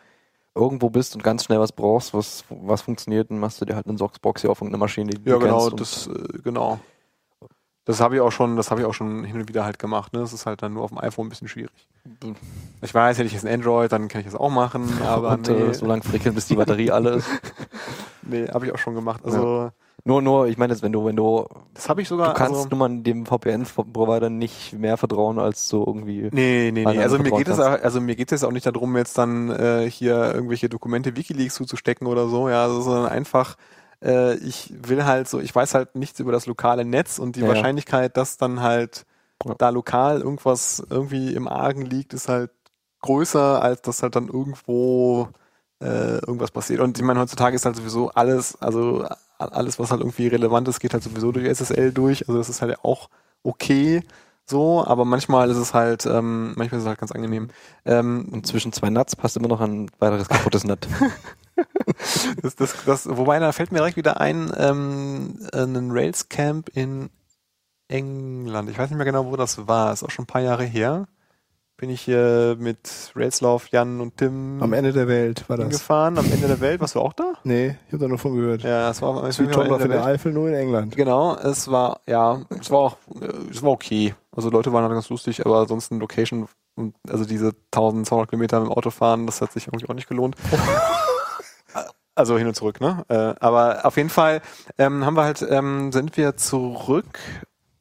irgendwo bist und ganz schnell was brauchst, was, was funktioniert, dann machst du dir halt eine Socksbox hier auf irgendeine Maschine, die
Ja,
du
genau,
kennst und-
das, äh, genau. Das habe ich auch schon, das habe ich auch schon hin und wieder halt gemacht. Ne? Das ist halt dann nur auf dem iPhone ein bisschen schwierig. Ich weiß, hätte ich jetzt ein Android, dann kann ich das auch
[LAUGHS]
machen, aber
und äh, so
Ah, nee,
lange frickeln, bis die
[LAUGHS]
Batterie alle ist.
nee habe ich auch schon gemacht. Also
Nur, nur, ich meine jetzt, wenn du, wenn du,
das habe ich sogar.
du kannst
also,
nun mal dem VPN-Provider nicht mehr vertrauen als so irgendwie.
Nee, nee,
Weil
nee.
du
Also mir
vertraut
geht es
hast.
auch, also mir geht es auch nicht darum, jetzt dann äh, hier irgendwelche Dokumente WikiLeaks zuzustecken oder so, ja, also, sondern einfach äh, ich will halt so, ich weiß halt nichts über das lokale Netz und die
Ja, ja.
Wahrscheinlichkeit, dass dann halt
Ja.
da lokal irgendwas irgendwie im Argen liegt, ist halt größer, als dass halt dann irgendwo äh, irgendwas passiert. Und ich meine, heutzutage ist halt sowieso alles, also a- alles, was halt irgendwie relevant ist, geht halt sowieso durch SSL durch. Also das ist halt auch okay so, aber manchmal ist es halt, ähm, manchmal ist es halt ganz angenehm. Ähm,
Und zwischen zwei Nuts passt immer noch ein weiteres
[LAUGHS]
kaputtes Nut.
das, das, das, wobei, da fällt mir direkt wieder ein, ähm, ein Rails-Camp in England. Ich weiß nicht mehr genau, wo das war. Ist auch schon ein paar Jahre her. Bin ich hier mit Railslauf, Jan und Tim
Am Ende der Welt war das.
hingefahren. Am Ende der Welt. Warst du auch da?
Nee, ich habe da nur von gehört.
Ja, das war am
Südtorlauf in der Eifel, nur in England.
Genau, es war, ja, es war auch, äh, es war okay. Also Leute waren halt ganz lustig, aber ansonsten Location, und also diese 1200 Kilometer mit dem Auto fahren, das hat sich irgendwie auch nicht gelohnt. also hin und zurück, ne? Äh, aber auf jeden Fall ähm, haben wir halt, ähm, sind wir zurück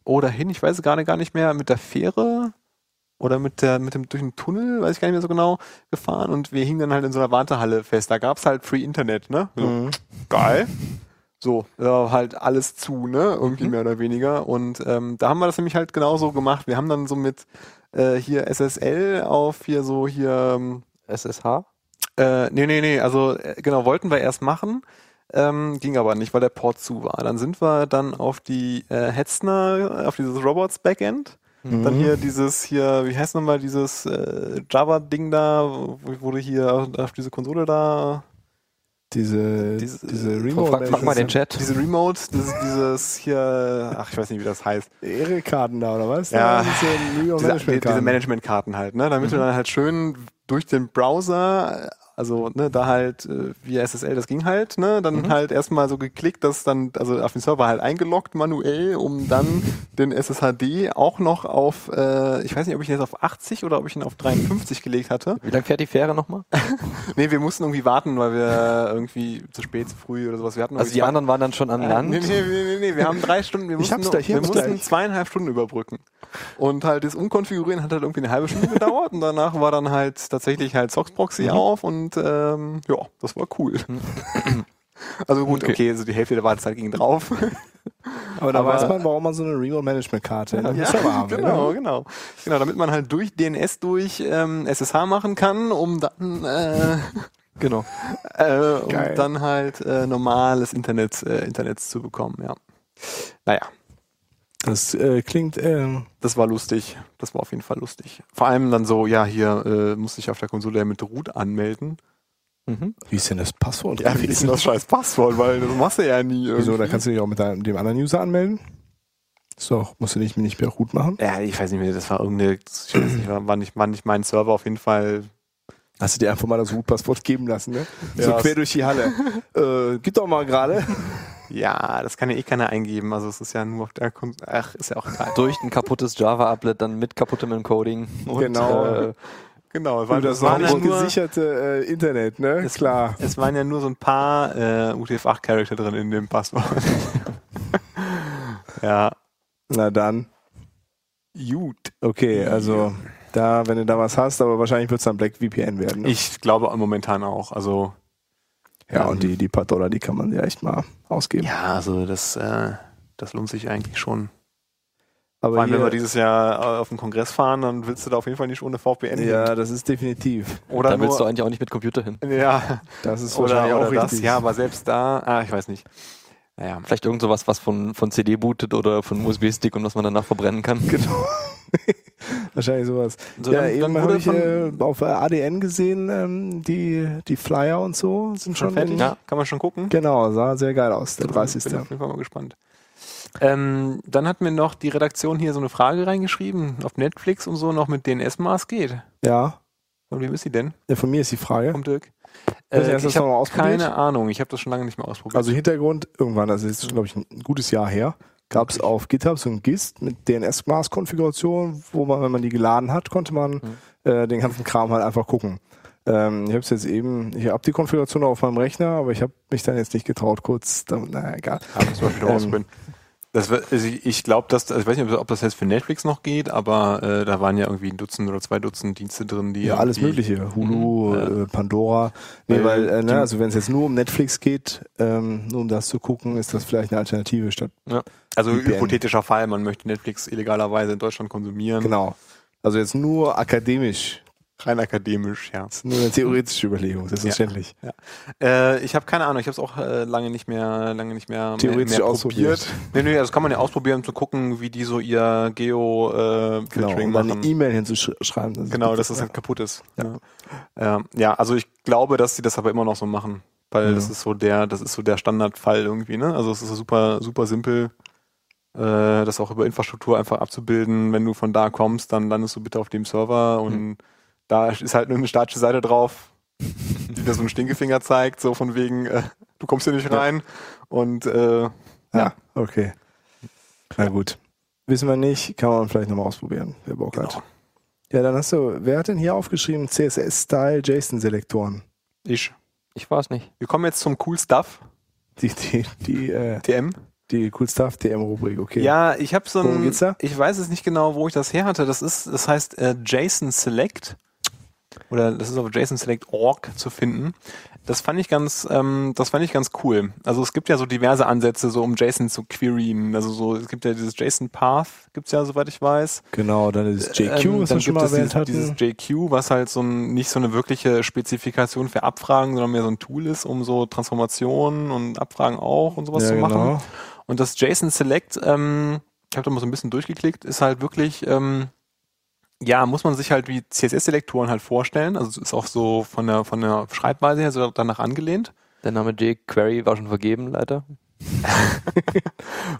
oder hin, ich weiß es gerade gar nicht mehr, mit der Fähre oder mit der, mit dem, durch den Tunnel, weiß ich gar nicht mehr so genau, gefahren und wir hingen dann halt in so einer Wartehalle fest. Da gab's halt Free Internet, ne? So, Geil. So, ja, halt alles zu, ne? Irgendwie mehr oder weniger. Und ähm, da haben wir das nämlich halt genauso gemacht. Wir haben dann so mit äh, hier SSL auf hier so hier, ähm,
SSH?
äh, nee, nee, nee, also äh, genau, wollten wir erst machen, ähm, ging aber nicht, weil der Port zu war. Dann sind wir dann auf die äh, Hetzner, auf dieses Robots Backend. Dann hier dieses hier, wie heißt nochmal dieses äh, Java-Ding da, wo, wo du hier auf, auf diese Konsole da
Diese,
Diese-
diese,
Oh,
Frag, frag mal den Chat.
Diese Remote, dieses, dieses hier, ach, ich weiß nicht, wie das heißt.
Ehrekarten da, oder was?
Ja.
Da, Diese New York
Diese, die-
Management
diese Managementkarten halt, ne? Damit du
Mhm.
dann halt schön durch den Browser, also ne, da halt äh, via SSL, das ging halt, ne?
Mhm.
Dann halt erstmal so geklickt, dass dann, also auf den Server halt eingeloggt manuell, um dann den SSHD auch noch auf, äh, ich weiß nicht, ob ich ihn jetzt auf 80 oder ob ich ihn auf 53 gelegt hatte.
Wie lange fährt die Fähre nochmal?
Also Nee, wir mussten irgendwie warten, weil wir irgendwie zu spät, zu früh oder sowas. Wir hatten
Also die
irgendwie
anderen waren dann schon an Land.
Nee, nee, nee, nee, nee, wir haben drei Stunden, wir
Ich
mussten,
hab's
nur-
gleich, ich
wir
hab's
mussten
gleich.
zweieinhalb Stunden überbrücken. Und halt das Umkonfigurieren hat halt irgendwie eine halbe Stunde gedauert und danach war dann halt tatsächlich halt Soxproxy
Mhm.
auf und ähm, ja, das war cool. Also gut, okay.
Okay.
also die Hälfte der Wartezeit ging
[LAUGHS]
drauf.
Aber da
Aber-
weiß man, warum man so eine Remote Management Karte in einem
Ja,
Server haben will.
genau,
ne?
genau. Genau, damit man halt durch DNS durch ähm, SSH machen kann, um dann
[LAUGHS]
äh,
Genau.
äh, um
Geil.
dann halt äh, normales Internet äh, Internets zu bekommen, ja. Naja.
Das äh, klingt, ähm,
das war lustig. Das war auf jeden Fall lustig. Vor allem dann so, ja, hier äh, muss ich auf der Konsole mit Root anmelden.
Mhm.
wie ist denn das Passwort?
denn das scheiß Passwort? Weil das machst du ja nie.
Wieso, da kannst du dich auch mit deinem, dem anderen User anmelden? So, musst du nicht, nicht mehr gut machen?
ja, ich weiß nicht mehr, das war irgendeine, ich weiß nicht, war war nicht, war nicht mein Server auf jeden Fall.
Hast du dir einfach mal das Root-Passwort geben lassen, ne? so
Ja.
quer durch die Halle. äh, gib doch mal gerade.
Ja, das kann ja eh keiner eingeben. Also es ist ja nur auf der Konsole. Ach, ist ja auch egal.
Durch ein kaputtes Java-Applet, dann mit kaputtem Encoding. Und,
Genau.
Äh,
[LAUGHS] Genau,
Weil das war
ja
nicht
nur,
gesicherte äh, Internet, ne?
Es-
Klar.
es waren ja nur so ein paar äh, UTF-8-Charakter drin in dem [LAUGHS] Passwort. ja.
Na dann.
Gut.
Okay, also da, wenn du da was hast, aber wahrscheinlich wird es dann Black VPN werden. Ne?
Ich glaube momentan auch. Also
ja, und die, die paar Dollar, die kann man ja echt mal ausgeben.
Ja, also das, äh, das lohnt sich eigentlich schon.
aber
Vor allem, wenn
hier-
wir dieses Jahr äh, auf den Kongress fahren, dann willst du da auf jeden Fall nicht ohne VPN hin.
ja, das ist definitiv.
oder
da
nur,
willst du eigentlich auch nicht mit Computer hin.
[LAUGHS] ja,
Das ist wahrscheinlich
oder,
auch
oder das,
richtig.
ja, aber selbst da, ah, ich weiß nicht. Naja,
Vielleicht irgend sowas, was von, von CD bootet oder von USB-Stick und was man danach verbrennen kann.
Genau. Wahrscheinlich sowas.
So,
ja,
dann- dann
eben
wurde
habe ich äh, auf äh, ADN gesehen, ähm, die, die Flyer und so sind schon,
fertig,
in-
Ja.
kann man schon gucken.
Genau, sah sehr geil aus, der
Bin
30.
auf jeden Fall mal gespannt. Ähm, dann hat mir noch die Redaktion hier so eine Frage reingeschrieben, ob Netflix und so noch mit DNS-Maß geht.
Ja,
Von wem ist sie denn?
ja, von mir ist die Frage.
Vom Dirk.
Müssen wir
Äh,
erst
ich
das nochmal
habe
ausprobiert?
keine Ahnung. Ich habe das schon lange nicht mehr ausprobiert.
Also Hintergrund, irgendwann, das ist, glaube ich, ein gutes Jahr her, gab es auf GitHub so ein GIST mit DNS-Maß-Konfiguration, wo man, wenn man die geladen hat, konnte man äh, den ganzen Kram halt einfach gucken. Ähm, ich habe es jetzt eben, ich habe die Konfiguration auf meinem Rechner, aber ich habe mich dann jetzt nicht getraut, kurz, damit, naja, egal.
Ja, muss man wieder
Ähm,
ausprobieren. Das, wird- also ich ich glaube, dass, also ich weiß nicht, ob das jetzt für Netflix noch geht, aber äh, da waren ja irgendwie ein Dutzend oder zwei Dutzend Dienste drin, die
Ja, alles
irgendwie-
Mögliche. Hulu, äh, Pandora. Nee,
Weil
weil, äh,
die-
ne, also wenn es jetzt nur um Netflix geht, ähm, nur um das zu gucken, ist das vielleicht eine Alternative statt.
Ja. Also
VPN.
hypothetischer Fall, man möchte Netflix illegalerweise in Deutschland konsumieren.
Genau. Also jetzt nur akademisch.
Rein akademisch, ja.
Das ist nur eine theoretische Überlegung, selbstverständlich.
Äh, ich habe keine Ahnung, ich habe es auch äh, lange nicht mehr, lange nicht mehr,
Theoretisch
mehr
ausprobiert.
Nee, nee, das kann man ja ausprobieren, um zu gucken, wie die so ihr
Genau.
Geo-Filtering
Und dann eine
machen.
E-Mail hinzuschreiben. das ist
Genau,
gut.
dass das halt kaputt ist. Ja. Ähm, ja, also ich glaube, dass sie das aber immer noch so machen. Weil
Ja.
das ist so der, das ist so der Standardfall irgendwie, ne? Also es ist so super, super simpel, äh, das auch über Infrastruktur einfach abzubilden. Wenn du von da kommst, dann landest du bitte auf dem Server und da ist halt nur eine statische Seite drauf, die da so einen Stinkefinger zeigt, so von wegen, äh, du kommst hier nicht rein. Und äh,
Ja, okay. Na gut. Wissen wir nicht, kann man vielleicht nochmal ausprobieren, wer Bock hat.
genau.
Ja, dann hast du, wer hat denn hier aufgeschrieben, CSS-Style JSON-Selektoren?
ich.
Ich war es nicht.
Wir kommen jetzt zum Cool Stuff,
Die, die, die, äh,
TM.
die Cool Stuff DM-Rubrik, okay.
Ja, ich habe so ein.
Worum geht's da?
Ich weiß es nicht genau, wo ich das her hatte. Das ist, das heißt äh, JSON Select. Oder das ist auf JSON-Select.org zu finden. Das fand ich ganz, ähm, das fand ich ganz cool. Also es gibt ja so diverse Ansätze, so um JSON zu queryen. Also so, es gibt ja dieses JSON Path, gibt's ja, soweit ich weiß.
Genau, dann ist JQ,
Ähm,
was
dann
wir schon
gibt
mal
es
erwähnt
dieses,
hatten.
dieses JQ, was halt so ein, nicht so eine wirkliche Spezifikation für Abfragen, sondern mehr so ein Tool ist, um so Transformationen und Abfragen auch und sowas zu machen.
genau.
Und das JSON Select, ähm, ich habe da mal so ein bisschen durchgeklickt, ist halt wirklich, ähm, ja, muss man sich halt wie CSS-Selektoren halt vorstellen. Also es ist auch so von der, von der Schreibweise her so danach angelehnt.
Der Name jQuery war schon vergeben, leider.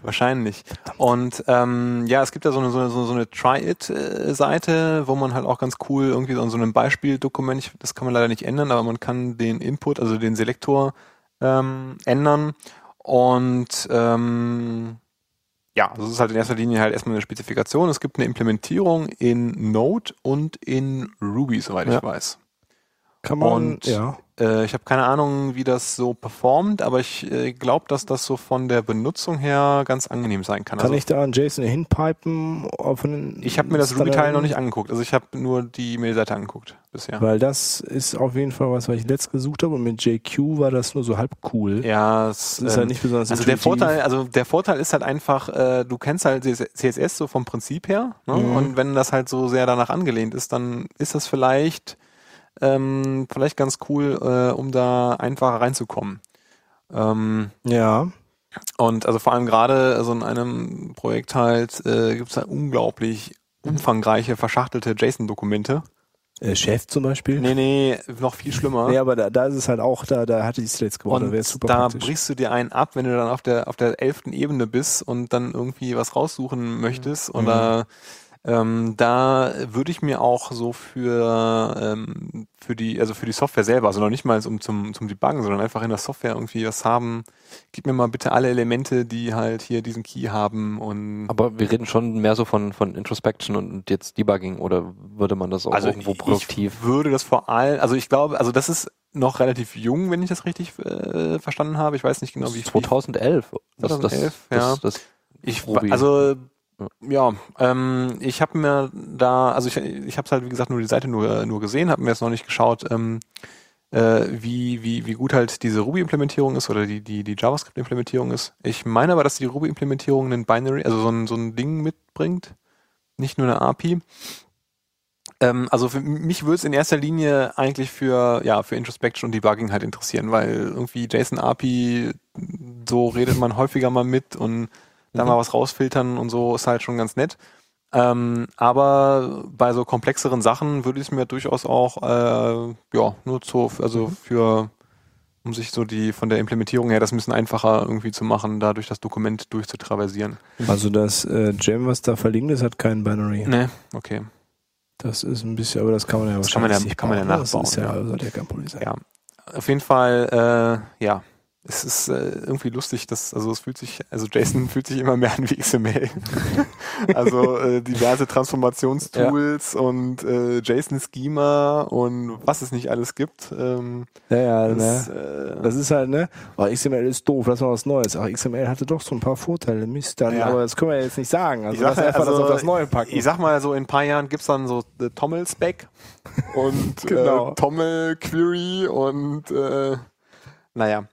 Wahrscheinlich. Und ähm, ja, es gibt da so eine, so eine, so eine Try-It-Seite, wo man halt auch ganz cool irgendwie an so einem Beispieldokument, ich, das kann man leider nicht ändern, aber man kann den Input, also den Selektor ähm, ändern. Und ähm, ja, also es ist halt in erster Linie halt erstmal eine Spezifikation. Es gibt eine Implementierung in Node und in Ruby, soweit
Ja.
ich weiß.
Kann man,
Und-
ja.
Äh, ich habe keine Ahnung, wie das so performt, aber ich äh, glaube, dass das so von der Benutzung her ganz angenehm sein kann.
Kann ich da an JSON hinpipen? auf einen
Also Ich habe mir das Ruby-Teil
Standard-
noch nicht angeguckt. Also ich habe nur die Mail-Seite angeguckt bisher.
Weil das ist auf jeden Fall was, was ich letzt gesucht habe und mit JQ war das nur so halb cool.
Ja, es
Das ist
ähm,
halt nicht besonders
also der
intuitiv.
Vorteil, also der Vorteil ist halt einfach, äh, du kennst halt CSS so vom Prinzip her, ne?
Mhm.
und wenn das halt so sehr danach angelehnt ist, dann ist das vielleicht ähm, vielleicht ganz cool, äh, um da einfacher reinzukommen. Ähm,
Ja.
Und also vor allem gerade so in einem Projekt halt äh, gibt es da unglaublich umfangreiche, verschachtelte JSON-Dokumente.
Äh, Chef zum Beispiel.
Nee, nee, noch viel schlimmer.
Nee, aber da, da ist es halt auch, da, da hatte ich es letzt geworden.
und
wäre es super
da
praktisch.
brichst du dir einen ab, wenn du dann auf der auf der elften Ebene bist und dann irgendwie was
Mhm.
raussuchen möchtest. Oder ähm, da würde ich mir auch so für ähm, für die also für die Software selber, also noch nicht mal um zum zum Debuggen, sondern einfach in der Software irgendwie was haben. Gib mir mal bitte alle Elemente, die halt hier diesen Key haben und
Aber wir reden schon mehr so von, von Introspection und jetzt Debugging oder würde man das auch irgendwo produktiv?
also Ich würde das vor allem, also ich glaube, also das ist noch relativ jung, wenn ich das richtig äh, verstanden habe. Ich weiß nicht genau,
Das
wie
ist 2011. Das, das,
2011,
das,
ja.
das, das,
Ich,
Ruby.
also ja, ähm, ich habe mir da, also ich, ich habe halt wie gesagt nur die Seite nur nur gesehen, habe mir jetzt noch nicht geschaut, ähm, äh, wie wie wie gut halt diese Ruby-Implementierung ist oder die die die JavaScript-Implementierung ist. Ich meine aber, dass die Ruby-Implementierung einen Binary, also so ein so ein Ding mitbringt, nicht nur eine API. Ähm, also für mich würde es in erster Linie eigentlich für ja für Introspection und Debugging halt interessieren, weil irgendwie JSON API so redet man häufiger mal mit und da mal was rausfiltern und so ist halt schon ganz nett. Ähm, aber bei so komplexeren Sachen würde ich es mir durchaus auch äh, ja nur zu also für um sich so die von der Implementierung her das ein bisschen einfacher irgendwie zu machen, dadurch das Dokument durchzutraversieren.
also das äh, Gem, was da verlinkt ist, hat keinen Binary.
Nee, okay.
Das ist ein bisschen, aber das kann man ja
Das kann man ja-
wahrscheinlich nicht
kann man ja
bauen. Das
nachbauen,
ist ja,
ja.
also sollte ja kein Problem sein.
Ja. auf jeden Fall, äh, ja, es ist äh, irgendwie lustig, dass, also es fühlt sich, also Jason [LAUGHS] fühlt sich immer mehr an wie XML. [LAUGHS] also äh, diverse Transformationstools und äh, JSON-Schema und was es nicht alles gibt. Ähm,
Ja, ja,
das,
ne?
äh,
Das ist halt, ne? Oh, XML ist doof, lass mal was Neues. Ach, XML hatte doch so ein paar Vorteile, Mist, dann,
Ja.
aber das können wir jetzt nicht sagen. Also
ich
lass
sag,
einfach das
also,
auf das Neue packen.
ich sag mal, so in ein paar Jahren gibt's dann so äh, Tommel-Spec und
Genau.
äh, Tommel-Query und äh, naja.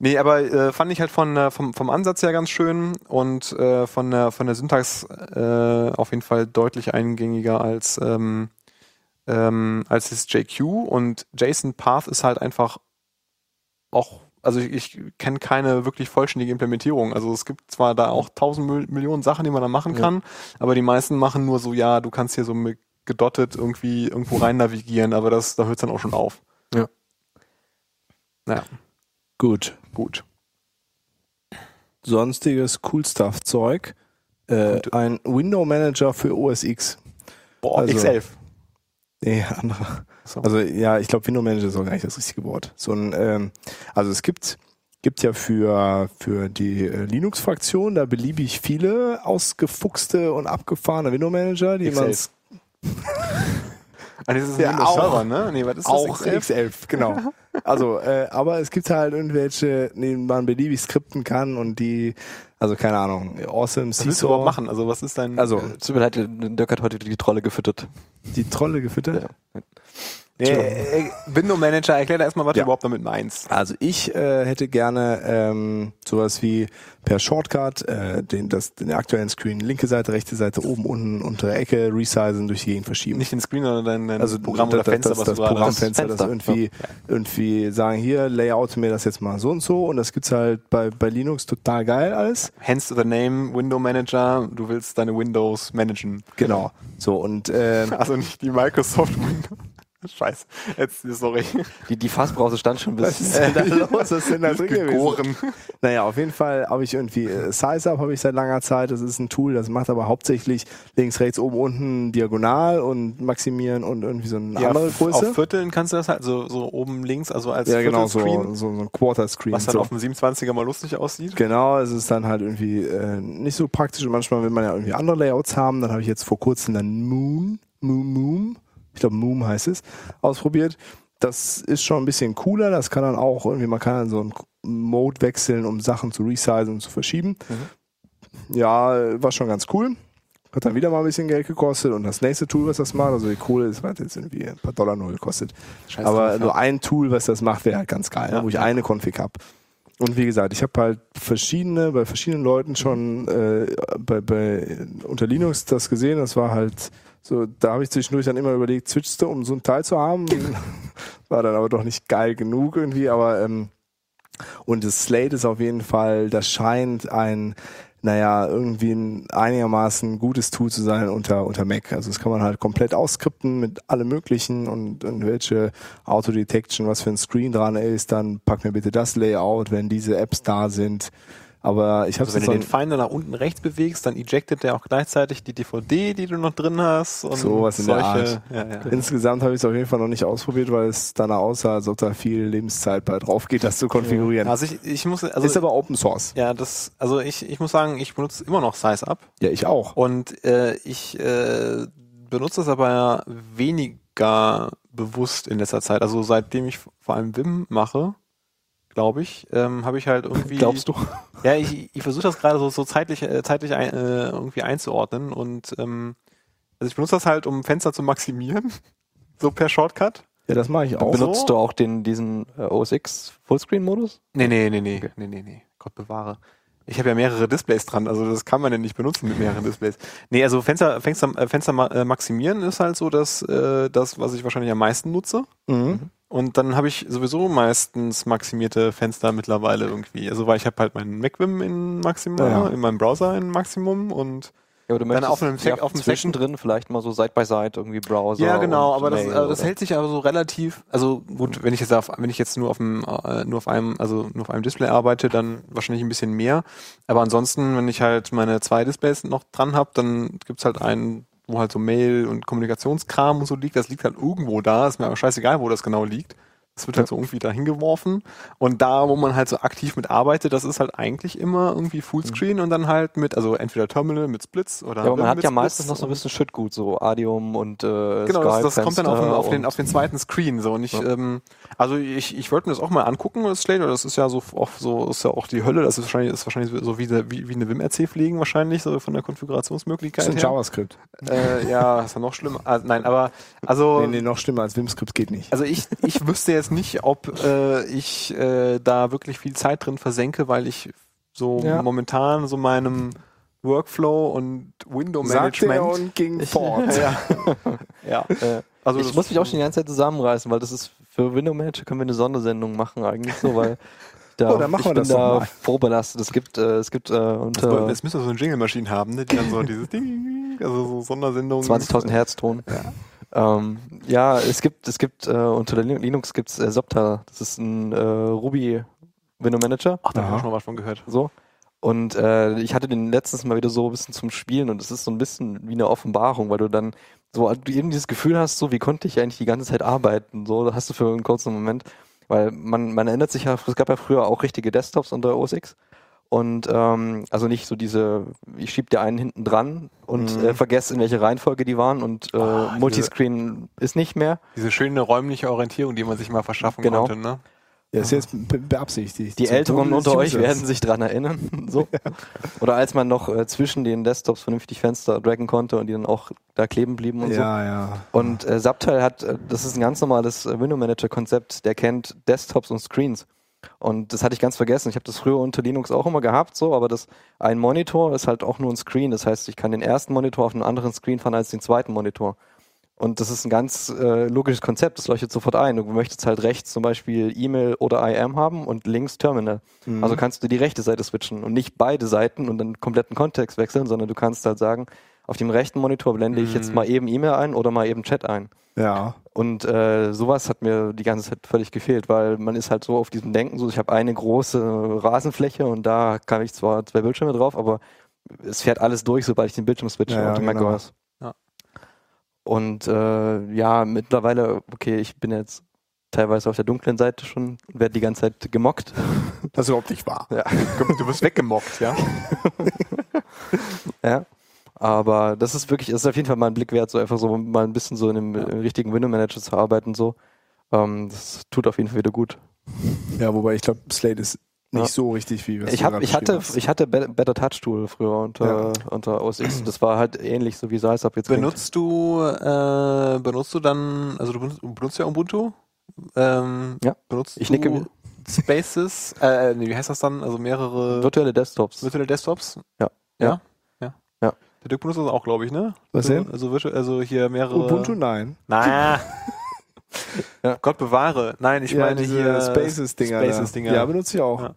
Nee, aber äh, fand ich halt von, äh, vom, vom Ansatz her ganz schön und äh, von, der, von der Syntax äh, auf jeden Fall deutlich eingängiger als, ähm, ähm, als das JQ und JSON Path ist halt einfach auch, also ich, ich kenne keine wirklich vollständige Implementierung. Also es gibt zwar da auch tausend Mil- Millionen Sachen, die man da machen kann, aber die meisten machen nur so, ja, du kannst hier so mit gedottet irgendwie irgendwo rein navigieren, aber das, da hört es dann auch schon auf.
Ja.
Naja,
Gut.
gut.
sonstiges Cool Stuff Zeug. Äh, ein Window Manager für OS X.
Boah,
Also-
X11.
Nee, andere.
So.
Also ja, ich glaube, Window Manager ist auch gar nicht das richtige Wort. So ein, ähm, also es gibt, gibt ja für, für die äh, Linux-Fraktion da beliebig viele ausgefuchste und abgefahrene Window Manager, die man
Ah, das ist ein
Ja,
Windows
auch.
Server, ne? Nee, was ist
auch
das? X11?
X11,
[LAUGHS]
genau. Also, äh, aber es gibt halt irgendwelche, denen man beliebig skripten kann und die, also keine Ahnung, Awesome,
Was willst du überhaupt machen? Also was ist dein...
Also,
Tut mir leid, Dirk hat heute die Trolle gefüttert.
die Trolle gefüttert.
nee, äh, Window Manager, erklär da erstmal, was
Ja.
du überhaupt damit meinst.
Also ich äh, hätte gerne ähm, sowas wie per Shortcut äh, den, das, den aktuellen Screen linke Seite, rechte Seite, oben, unten, untere Ecke, resizen, durch die Gegend verschieben.
Nicht den Screen, sondern dein, dein
also
Programm oder
das,
Fenster,
das,
was
das
du gerade hast.
Programmfenster, das
Fenster,
irgendwie, irgendwie sagen, hier, layout mir das jetzt mal so und so und das gibt's halt bei, bei Linux total geil alles.
Hence the name Window Manager, du willst deine Windows managen.
Genau. So und ähm,
Also nicht die Microsoft Windows. [LAUGHS] Scheiße. Jetzt, sorry.
Die, die Fassbrause stand schon äh, ein
was ist
bisschen.
[LAUGHS] denn da los? Was ist denn [LAUGHS] da drin gewesen?
Gegoren.
Naja, auf jeden Fall habe ich irgendwie äh, SizeUp habe ich seit langer Zeit. Das ist ein Tool, das macht aber hauptsächlich links, rechts, oben, unten diagonal und maximieren und irgendwie so eine
Ja,
andere Größe.
Auf Vierteln kannst du das halt so, so oben links, also als
ja, genau, so,
Viertelscreen,
so, so ein Quarter-Screen.
was dann
so.
auf dem 27er mal lustig aussieht.
Genau, es ist dann halt irgendwie äh, nicht so praktisch und manchmal will man ja irgendwie andere Layouts haben. Dann habe ich jetzt vor kurzem dann Moon, Moon, Moon, ich glaube Moon heißt es, ausprobiert. Das ist schon ein bisschen cooler. Das kann dann auch irgendwie, man kann dann so einen Mode wechseln, um Sachen zu resizen und zu verschieben.
Mhm.
Ja, war schon ganz cool. Hat dann wieder mal ein bisschen Geld gekostet und das nächste Tool, was das macht, also die Kohle ist hat jetzt irgendwie ein paar Dollar nur gekostet.
Scheiß
Aber
drauf, ja.
nur ein Tool, was das macht, wäre halt ganz geil, ne? wo ich eine Config habe. Und wie gesagt, ich habe halt verschiedene, bei verschiedenen Leuten schon äh, bei, bei, unter Linux das gesehen. Das war halt so, da habe ich zwischendurch dann immer überlegt, switchst du, um so ein Teil zu haben. war dann aber doch nicht geil genug irgendwie, aber ähm, und das Slate ist auf jeden Fall, das scheint ein, naja, irgendwie ein einigermaßen gutes Tool zu sein unter, unter Mac. Also das kann man halt komplett ausskripten mit allem möglichen und, und welche Auto-Detection, was für ein Screen dran ist, dann pack mir bitte das Layout, wenn diese Apps da sind. Aber ich habe
Also wenn
es
du den Finder nach unten rechts bewegst, dann ejectet der auch gleichzeitig die DVD, die du noch drin hast. Und
Sowas in der Art.
Ja, ja.
Insgesamt habe ich es auf jeden Fall noch nicht ausprobiert, weil es danach aussah, als ob da viel Lebenszeit bei drauf geht, das zu konfigurieren.
Also ich, ich muss, also
ist aber Open Source.
ja, das, also ich, ich muss sagen, ich benutze immer noch Size Up.
Ja, ich auch.
Und äh, ich äh, benutze das aber weniger bewusst in letzter Zeit. Also seitdem ich vor allem Vim mache, glaube ich, ähm, habe ich halt irgendwie.
Glaubst du?
Ja, ich, ich versuche das gerade so, so zeitlich, äh, zeitlich ein, äh, irgendwie einzuordnen. Und ähm, also ich benutze das halt, um Fenster zu maximieren. [LAUGHS] So per Shortcut.
[LAUGHS] Ja, das mache ich auch.
so?
Benutzt du auch den, diesen äh, OS X Fullscreen-Modus?
Nee, nee, nee, nee, nee, nee, nee. Gott bewahre. Ich habe ja mehrere Displays dran, also das kann man ja nicht benutzen mit mehreren Displays. Nee, also Fenster, Fenster, äh, Fenster ma- äh, maximieren ist halt so das, äh, das, was ich wahrscheinlich am meisten nutze.
Mhm.
Und dann habe ich sowieso meistens maximierte Fenster mittlerweile irgendwie. Also weil ich habe halt meinen MacWim in Maximum, ne,
Ja.
in meinem Browser in Maximum und
Ja, aber du möchtest
auf einem Sec-
ja,
auf einem
zwischendrin vielleicht mal so Side by Side irgendwie Browser.
Ja, genau,
und
aber das,
Mail
äh, das
oder-
hält sich aber so relativ, also gut, wenn ich jetzt auf, wenn ich jetzt nur auf dem, äh, nur auf einem, also nur auf einem Display arbeite, dann wahrscheinlich ein bisschen mehr. Aber ansonsten, wenn ich halt meine zwei Displays noch dran habe, dann gibt's halt einen, wo halt so Mail und Kommunikationskram und so liegt. Das liegt halt irgendwo da, ist mir aber scheißegal, wo das genau liegt. Es wird halt so irgendwie dahin geworfen. Und da, wo man halt so aktiv mit arbeitet, das ist halt eigentlich immer irgendwie Fullscreen und dann halt mit, also entweder Terminal mit Splits oder.
Mhm. Ja, aber man
Rim
hat
mit
ja
Splits
meistens noch so ein
und-
bisschen Schüttgut, so Adium und äh,
Genau, das, das
Skype-Fenster
kommt dann auf den, auf,
und-
den, auf den zweiten Screen. So. Und ich, ähm, also ich, ich wollte mir das auch mal angucken, das Slater. Das ist ja so auch so, ist ja auch die Hölle. Das ist wahrscheinlich, ist wahrscheinlich so wie, der, wie, wie eine WimRC fliegen wahrscheinlich, so von der Konfigurationsmöglichkeit.
Das ist ein
her.
JavaScript.
Äh, ja, ist ja noch schlimmer. Ah, nein, aber also.
Nee, nee, noch schlimmer als Vim-Skript geht nicht.
Also ich, ich wüsste jetzt nicht, ob äh, ich äh, da wirklich viel Zeit drin versenke, weil ich so
Ja.
momentan so meinem Workflow und
Sagte er
Window-Management.
und [LAUGHS] ging fort.
[LAUGHS] Ja. ja.
Äh,
Also
ich
das-
muss mich auch schon die ganze Zeit zusammenreißen, weil das ist für Window Manager können wir eine Sondersendung machen eigentlich
[LAUGHS]
so, weil da,
Oh, dann machen
ich
wir
bin
das doch
da
mal.
vorbelastet. Es gibt, äh, es gibt äh, unter
Jetzt müssen wir so eine Jingle-Maschine haben, ne? die dann
[LAUGHS]
so dieses Ding, also so Sondersendungen.
20.000 Herzton. Ja. Ähm, ja, es gibt, es gibt äh, unter der Lin- Linux gibt's äh, Zopta. Das ist ein äh, Ruby Window Manager.
Ach, da haben wir
Ja.
schon mal was von gehört.
So. Und äh, ich hatte den letztens mal wieder so ein bisschen zum Spielen und es ist so ein bisschen wie eine Offenbarung, weil du dann so du eben dieses Gefühl hast, so wie konnte ich eigentlich die ganze Zeit arbeiten? So da hast du für einen kurzen Moment, weil man, man erinnert sich ja, es gab ja früher auch richtige Desktops unter OS X und ähm, also nicht so diese, ich schieb dir einen hinten dran und
Mhm.
äh, vergesse in welche Reihenfolge die waren und äh,
Ah, diese-
Multiscreen ist nicht mehr.
Diese schöne räumliche Orientierung, die man sich mal verschaffen
Genau.
konnte. Ne?
Ja, ist jetzt be- beabsichtigt.
Die
Zum
Älteren
Wohle des
unter euch
Users.
werden sich dran erinnern. [LAUGHS] So. Oder als man noch äh, zwischen den Desktops vernünftig Fenster draggen konnte und die dann auch da kleben blieben und
Ja, ja.
so. Und äh, Subtile hat, äh, das ist ein ganz normales äh, Window Manager Konzept, der kennt Desktops und Screens. Und das hatte ich ganz vergessen. Ich habe das früher unter Linux auch immer gehabt, so, aber das ein Monitor ist halt auch nur ein Screen. Das heißt, ich kann den ersten Monitor auf einen anderen Screen fahren als den zweiten Monitor. Und das ist ein ganz äh, logisches Konzept, das leuchtet sofort ein. Du möchtest halt rechts zum Beispiel E-Mail oder IM haben und links Terminal. Also kannst du die rechte Seite switchen und nicht beide Seiten und den kompletten Kontext wechseln, sondern du kannst halt sagen, auf dem rechten Monitor blende ich jetzt mal eben E-Mail ein oder mal eben Chat ein.
Ja.
Und äh, sowas hat mir die ganze Zeit völlig gefehlt, weil man ist halt so auf diesem Denken, so ich habe eine große Rasenfläche und da kann ich zwar zwei Bildschirme drauf, aber es fährt alles durch, sobald ich den Bildschirm switche
Ja, ja,
auf dem
genau.
Mac OS.
Ja.
Und äh, ja, mittlerweile, okay, ich bin jetzt teilweise auf der dunklen Seite schon, werde die ganze Zeit gemockt.
Das ist überhaupt nicht wahr.
Du wirst weggemockt, ja?
Ja. Aber das ist wirklich, das ist auf jeden Fall mal ein Blick wert, so einfach so mal ein bisschen so in einem äh, richtigen Window Manager zu arbeiten, so. Ähm, das tut auf jeden Fall wieder gut.
Ja, wobei ich glaube, Slate ist nicht
Ja.
so richtig wie wir es
Ich, hab, ich hatte, ich hatte Be- Better Touch Tool früher unter, unter OS X. Das war halt ähnlich, so wie Salz ab jetzt. klingt.
Benutzt du, äh, benutzt du dann, also du benutzt, du benutzt ja Ubuntu? Ähm,
Ja.
Benutzt
Ich
du
nicke mir.
Spaces, [LAUGHS] äh, nee, wie heißt das dann? Also mehrere
Virtuelle Desktops.
virtuelle Desktops?
Ja.
Ja? Ja.
Ja.
Der Dirk benutzt das auch, glaube ich, ne?
Was denn? Oh,
Also, virtu- also hier mehrere.
Ubuntu, nein. [LAUGHS]
Na.
Ja.
Gott bewahre. Nein, ich meine hier äh,
Spaces-Dinger. da.
Spaces-Dinger.
Ja, benutze ich auch.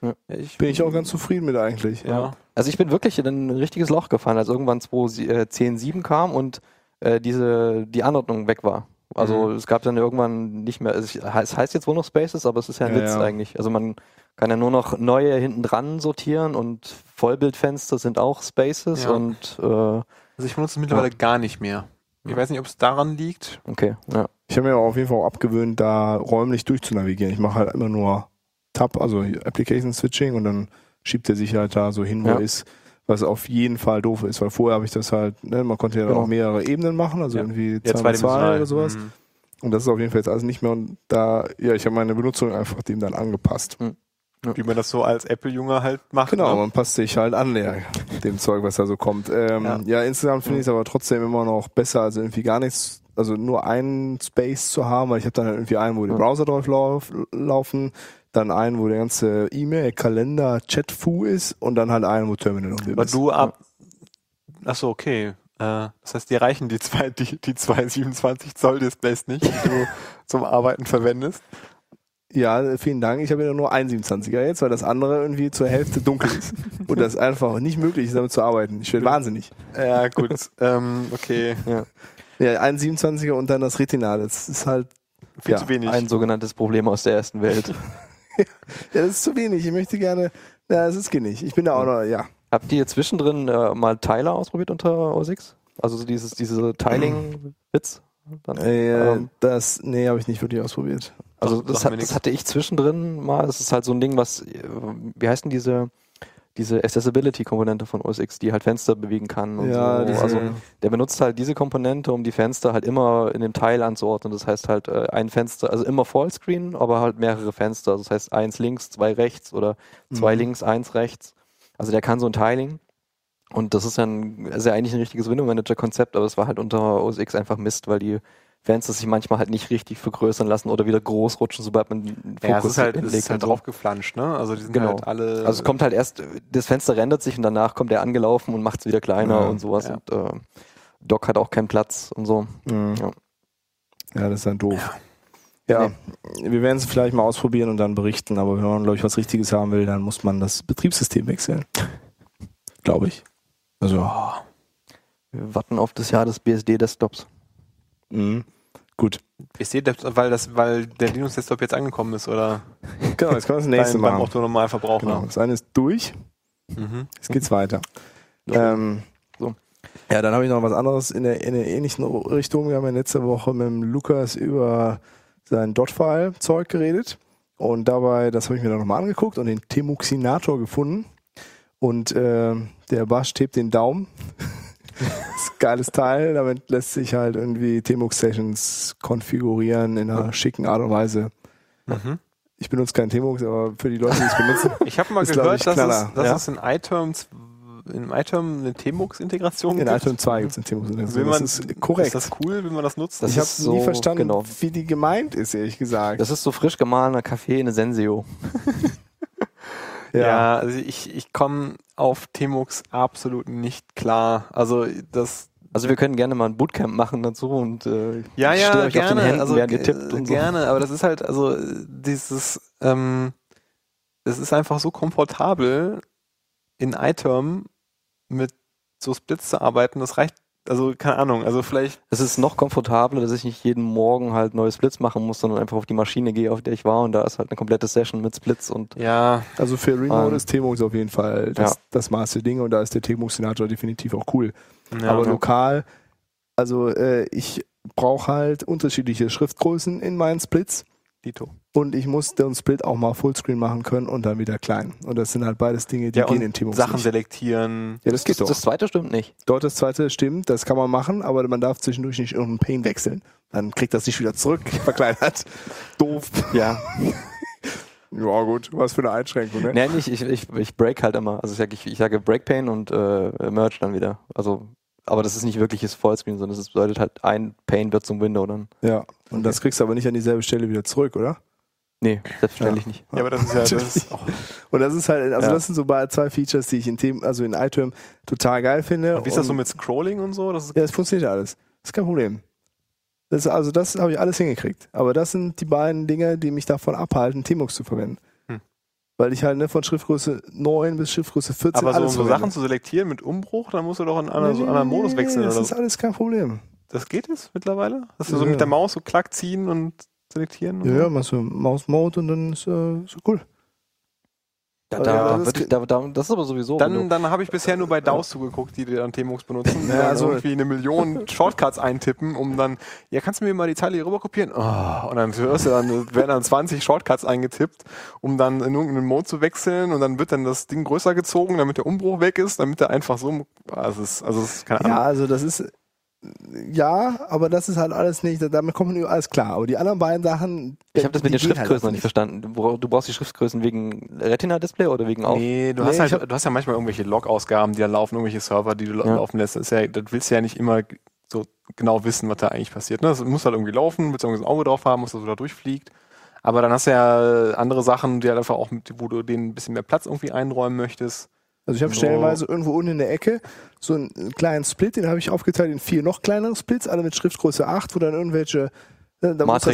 Ja. ich,
Bin ich auch ganz zufrieden mit eigentlich.
Ja.
Also ich bin wirklich in ein richtiges Loch gefallen, als irgendwann 2010-7 kam und äh, diese, die Anordnung weg war. Also es gab dann irgendwann nicht mehr, also ich, es heißt jetzt wohl noch Spaces, aber es ist ja ein
Ja,
Witz
ja.
eigentlich. Also man kann ja nur noch neue hinten dran sortieren und Vollbildfenster sind auch Spaces
Ja.
und äh,
Also ich benutze es mittlerweile gar nicht mehr. Ich weiß nicht, ob es daran liegt.
okay, ja.
Ich habe mir aber auf jeden Fall auch abgewöhnt, da räumlich durchzunavigieren. Ich mache halt immer nur Tab, also Application Switching und dann schiebt er sich halt da so hin, wo
Ja.
er ist, was auf jeden Fall doof ist, weil vorher habe ich das halt, ne, man konnte ja
Genau.
auch mehrere Ebenen machen, also
Ja.
irgendwie zwei mal zwei oder sowas.
Mhm.
Und das ist auf jeden Fall jetzt alles nicht mehr und da, ja, ich habe meine Benutzung einfach dem dann angepasst.
Wie man das so als Apple-Junger halt macht.
Genau,
Ne?
man passt sich halt an, ja, dem Zeug, was da so kommt. Ähm,
Ja.
ja. insgesamt finde ich es aber trotzdem immer noch besser, also irgendwie gar nichts, also nur einen Space zu haben, weil ich habe dann halt irgendwie einen, wo die
Ja.
Browser drauf lauf, laufen, dann einen, wo der ganze E-Mail, Kalender, Chat-Foo ist und dann halt einen, wo Terminal und Web
Aber
ist.
du ab. Achso, okay. Äh, Das heißt, dir reichen die zwei, die, die zwei 27 Zoll Displays nicht, die
[LAUGHS]
du zum Arbeiten verwendest.
Ja, vielen Dank. Ich habe ja nur einen 27er jetzt, weil das andere irgendwie zur Hälfte dunkel [LAUGHS] ist. und das einfach nicht möglich ist, damit zu arbeiten. Ich werde wahnsinnig.
Ja, gut. ähm, okay.
Ja, ein 27er und dann das Retinal. Das ist halt,
Viel
Ja,
zu wenig.
ein sogenanntes Problem aus der ersten Welt.
ja, das ist zu wenig. Ich möchte gerne, ja, es ist geht nicht. Ich bin da auch noch, ja.
Habt ihr zwischendrin äh, mal Tyler ausprobiert unter OSX? Also so dieses, diese Tiling-Witz? Dann,
Äh,
ähm,
das, nee, habe ich nicht wirklich ausprobiert.
Also
Sag-
das,
sag mir
hat,
nix.
das hatte ich zwischendrin mal. Es ist halt so ein Ding, was, äh, wie heißt denn diese, diese Accessibility-Komponente von OS X, die halt Fenster bewegen kann und so.
diese-
Also der benutzt halt diese Komponente, um die Fenster halt immer in dem Teil anzuordnen. Das heißt halt äh, ein Fenster, also immer Fullscreen, aber halt mehrere Fenster. Das heißt eins links, zwei rechts oder zwei
Mhm.
links, eins rechts. Also der kann so ein Tiling. Und das ist dann ist ja eigentlich ein richtiges Window Manager Konzept, aber es war halt unter OS X einfach Mist, weil die Fenster sich manchmal halt nicht richtig vergrößern lassen oder wieder groß rutschen, sobald man den
ja, es ist halt, es ist
hinlegt
halt
und so.
draufgeflanscht, ne? Also die sind
Genau.
halt alle.
Also es kommt halt erst, das Fenster rendert sich und danach kommt er angelaufen und macht es wieder kleiner
Ja,
und sowas.
ja.
Und äh, Doc hat auch keinen Platz und so.
Mhm.
Ja.
Ja, das ist dann doof. Ja, wir werden es vielleicht mal ausprobieren und dann berichten, aber wenn man, glaube ich, was Richtiges haben will, dann muss man das Betriebssystem wechseln. [LAUGHS] glaube ich. Also,
Boah,
Wir warten auf das Jahr des BSD-Desktops.
mh. mhm. gut.
ich sehe, das, weil das, weil der Linux Desktop jetzt angekommen ist oder
Genau, jetzt kommen wir das nächste
beim, beim
Mal. Genau,
Autonormalverbraucher.
das eine ist durch,
Mhm.
jetzt geht's weiter. Ähm,
So.
Ja, dann habe ich noch was anderes in der, in der ähnlichen Richtung. Wir haben ja letzte Woche mit dem Lukas über sein Dotfile-Zeug geredet. Und dabei, das habe ich mir dann nochmal angeguckt und den Temuxinator gefunden. Und ähm, der Basch hebt den Daumen. [LAUGHS] das ist ein geiles Teil. Damit lässt sich halt irgendwie Temux-Sessions konfigurieren in einer schicken Art und Weise.
Mhm.
Ich benutze keinen Temux, aber für die Leute, die es benutzen,
Ich habe mal
Ist, glaub ich,
gehört, dass,
Knaller,
es, dass
ja?
es in iTerms in iTerm eine Temux-Integration
in
gibt.
Item 2 gibt es einen Temux.
Um Will man,
das ist
Ist
korrekt.
das cool, wenn man das nutzt?
Das
ich habe
ist
nie
so-
verstanden,
genau.
wie die gemeint ist, ehrlich gesagt.
Das ist so frisch gemahlener Kaffee in Sensio.
Ja, also ich, ich komme auf Temux absolut nicht klar. Also das
Also wir können gerne mal ein Bootcamp machen dazu und äh, ich stehe euch auf den Händen,
also
werden
ge-
getippt und so.
gerne, aber das ist halt also äh, dieses ähm, es ist einfach so komfortabel in iTerm mit so Splits zu arbeiten, das reicht also keine Ahnung, also vielleicht
Es ist noch komfortabler, dass ich nicht jeden Morgen halt neue Splits machen muss, sondern einfach auf die Maschine gehe, auf der ich war und da ist halt eine komplette Session mit Splits und
ja,
Also für Remote
Ähm,
ist Temux auf jeden Fall das,
ja.
das Maß der Dinge und da ist der Temux-Senator definitiv auch cool. Aber lokal, also äh, ich brauche halt unterschiedliche Schriftgrößen in meinen Splits
Dito.
und ich muss den Split auch mal Fullscreen machen können und dann wieder klein. Und das sind halt beides Dinge, die
Ja,
gehen
und
in Temux
Sachen
nicht.
selektieren.
Ja, das geht
das,
doch.
das zweite stimmt nicht.
Dort das zweite stimmt, das kann man machen, aber man darf zwischendurch nicht irgendeinen Pain wechseln. Dann kriegt das sich wieder zurück, [LAUGHS] verkleinert. Doof.
Ja.
[LAUGHS] Ja gut, was für eine Einschränkung, ne?
Nein, ich, ich, ich, ich break halt immer. Also ich sage, ich, ich sage Break Pain und äh, Merge dann wieder. Also, aber das ist nicht wirkliches Vollscreen, sondern es bedeutet halt, ein Pain wird zum Window dann.
Ja, und das kriegst du aber nicht an dieselbe Stelle wieder zurück, oder?
Nee, selbstverständlich nicht.
Ja, aber das ist ja das [LAUGHS] ist auch,
Und das ist halt, also
Ja.
das sind so bei- zwei Features, die ich in Themen, also in iTerm total geil finde.
wie ist das so
Und-
mit Scrolling und so? Das ist,
Ja, es funktioniert alles. Das ist kein Problem. Das, also das habe ich alles hingekriegt. Aber das sind die beiden Dinge, die mich davon abhalten, Temux zu verwenden.
Hm.
Weil ich halt ne, von Schriftgröße 9 bis Schriftgröße 14
aber so, um
alles
so Sachen
verwende.
zu selektieren mit Umbruch, dann musst du doch in einen anderen,
Nee,
so anderen
nee,
Modus
nee,
wechseln.
Das
Oder
ist
so.
alles kein Problem.
Das geht jetzt mittlerweile? Dass du so
Ja.
mit der Maus so klack ziehen und selektieren? Und
Ja,
so?
ja machst du Maus-Mode und dann ist äh, so cool.
Da,
Also,
da,
das ist
das, ich, da, da, das ist aber sowieso.
Dann, dann habe ich bisher nur bei DAOs zugeguckt, die dann Temux benutzen.
Ja,
Ja,
also-
also irgendwie eine Million Shortcuts eintippen, um dann, ja, kannst du mir mal die Zeile hier rüber kopieren? Oh, und dann, hörst du dann [LAUGHS] werden dann 20 Shortcuts eingetippt, um dann in irgendeinen Mode zu wechseln und dann wird dann das Ding größer gezogen, damit der Umbruch weg ist, damit der einfach so, also es ist, also es ist keine
Ja,
Ahnung.
also das ist ja, aber das ist halt alles nicht, damit kommt man über alles klar. Aber die anderen beiden Sachen.
ich habe das mit
die
den
gehen halt
Schriftgrößen noch nicht
einfach
verstanden. Du brauch- Du brauchst die Schriftgrößen wegen Retina-Display oder wegen auf?
Nee, du
Nee,
hast
ich
halt, du hast ja manchmal irgendwelche Log-Ausgaben, die da laufen, irgendwelche Server, die du la-
Ja.
laufen lässt. Das, ist ja, das willst du ja nicht immer so genau wissen, was da eigentlich passiert. Ne? Das muss halt irgendwie laufen, willst du irgendwie ein Auge drauf haben, musst dass du da durchfliegt. Aber dann hast du ja andere Sachen, die halt einfach auch, mit, wo du denen ein bisschen mehr Platz irgendwie einräumen möchtest.
Also ich habe
So.
stellenweise irgendwo unten in der Ecke so einen kleinen Split, den habe ich aufgeteilt in vier noch kleinere Splits, alle mit Schriftgröße 8, wo dann irgendwelche ne, da muss Das,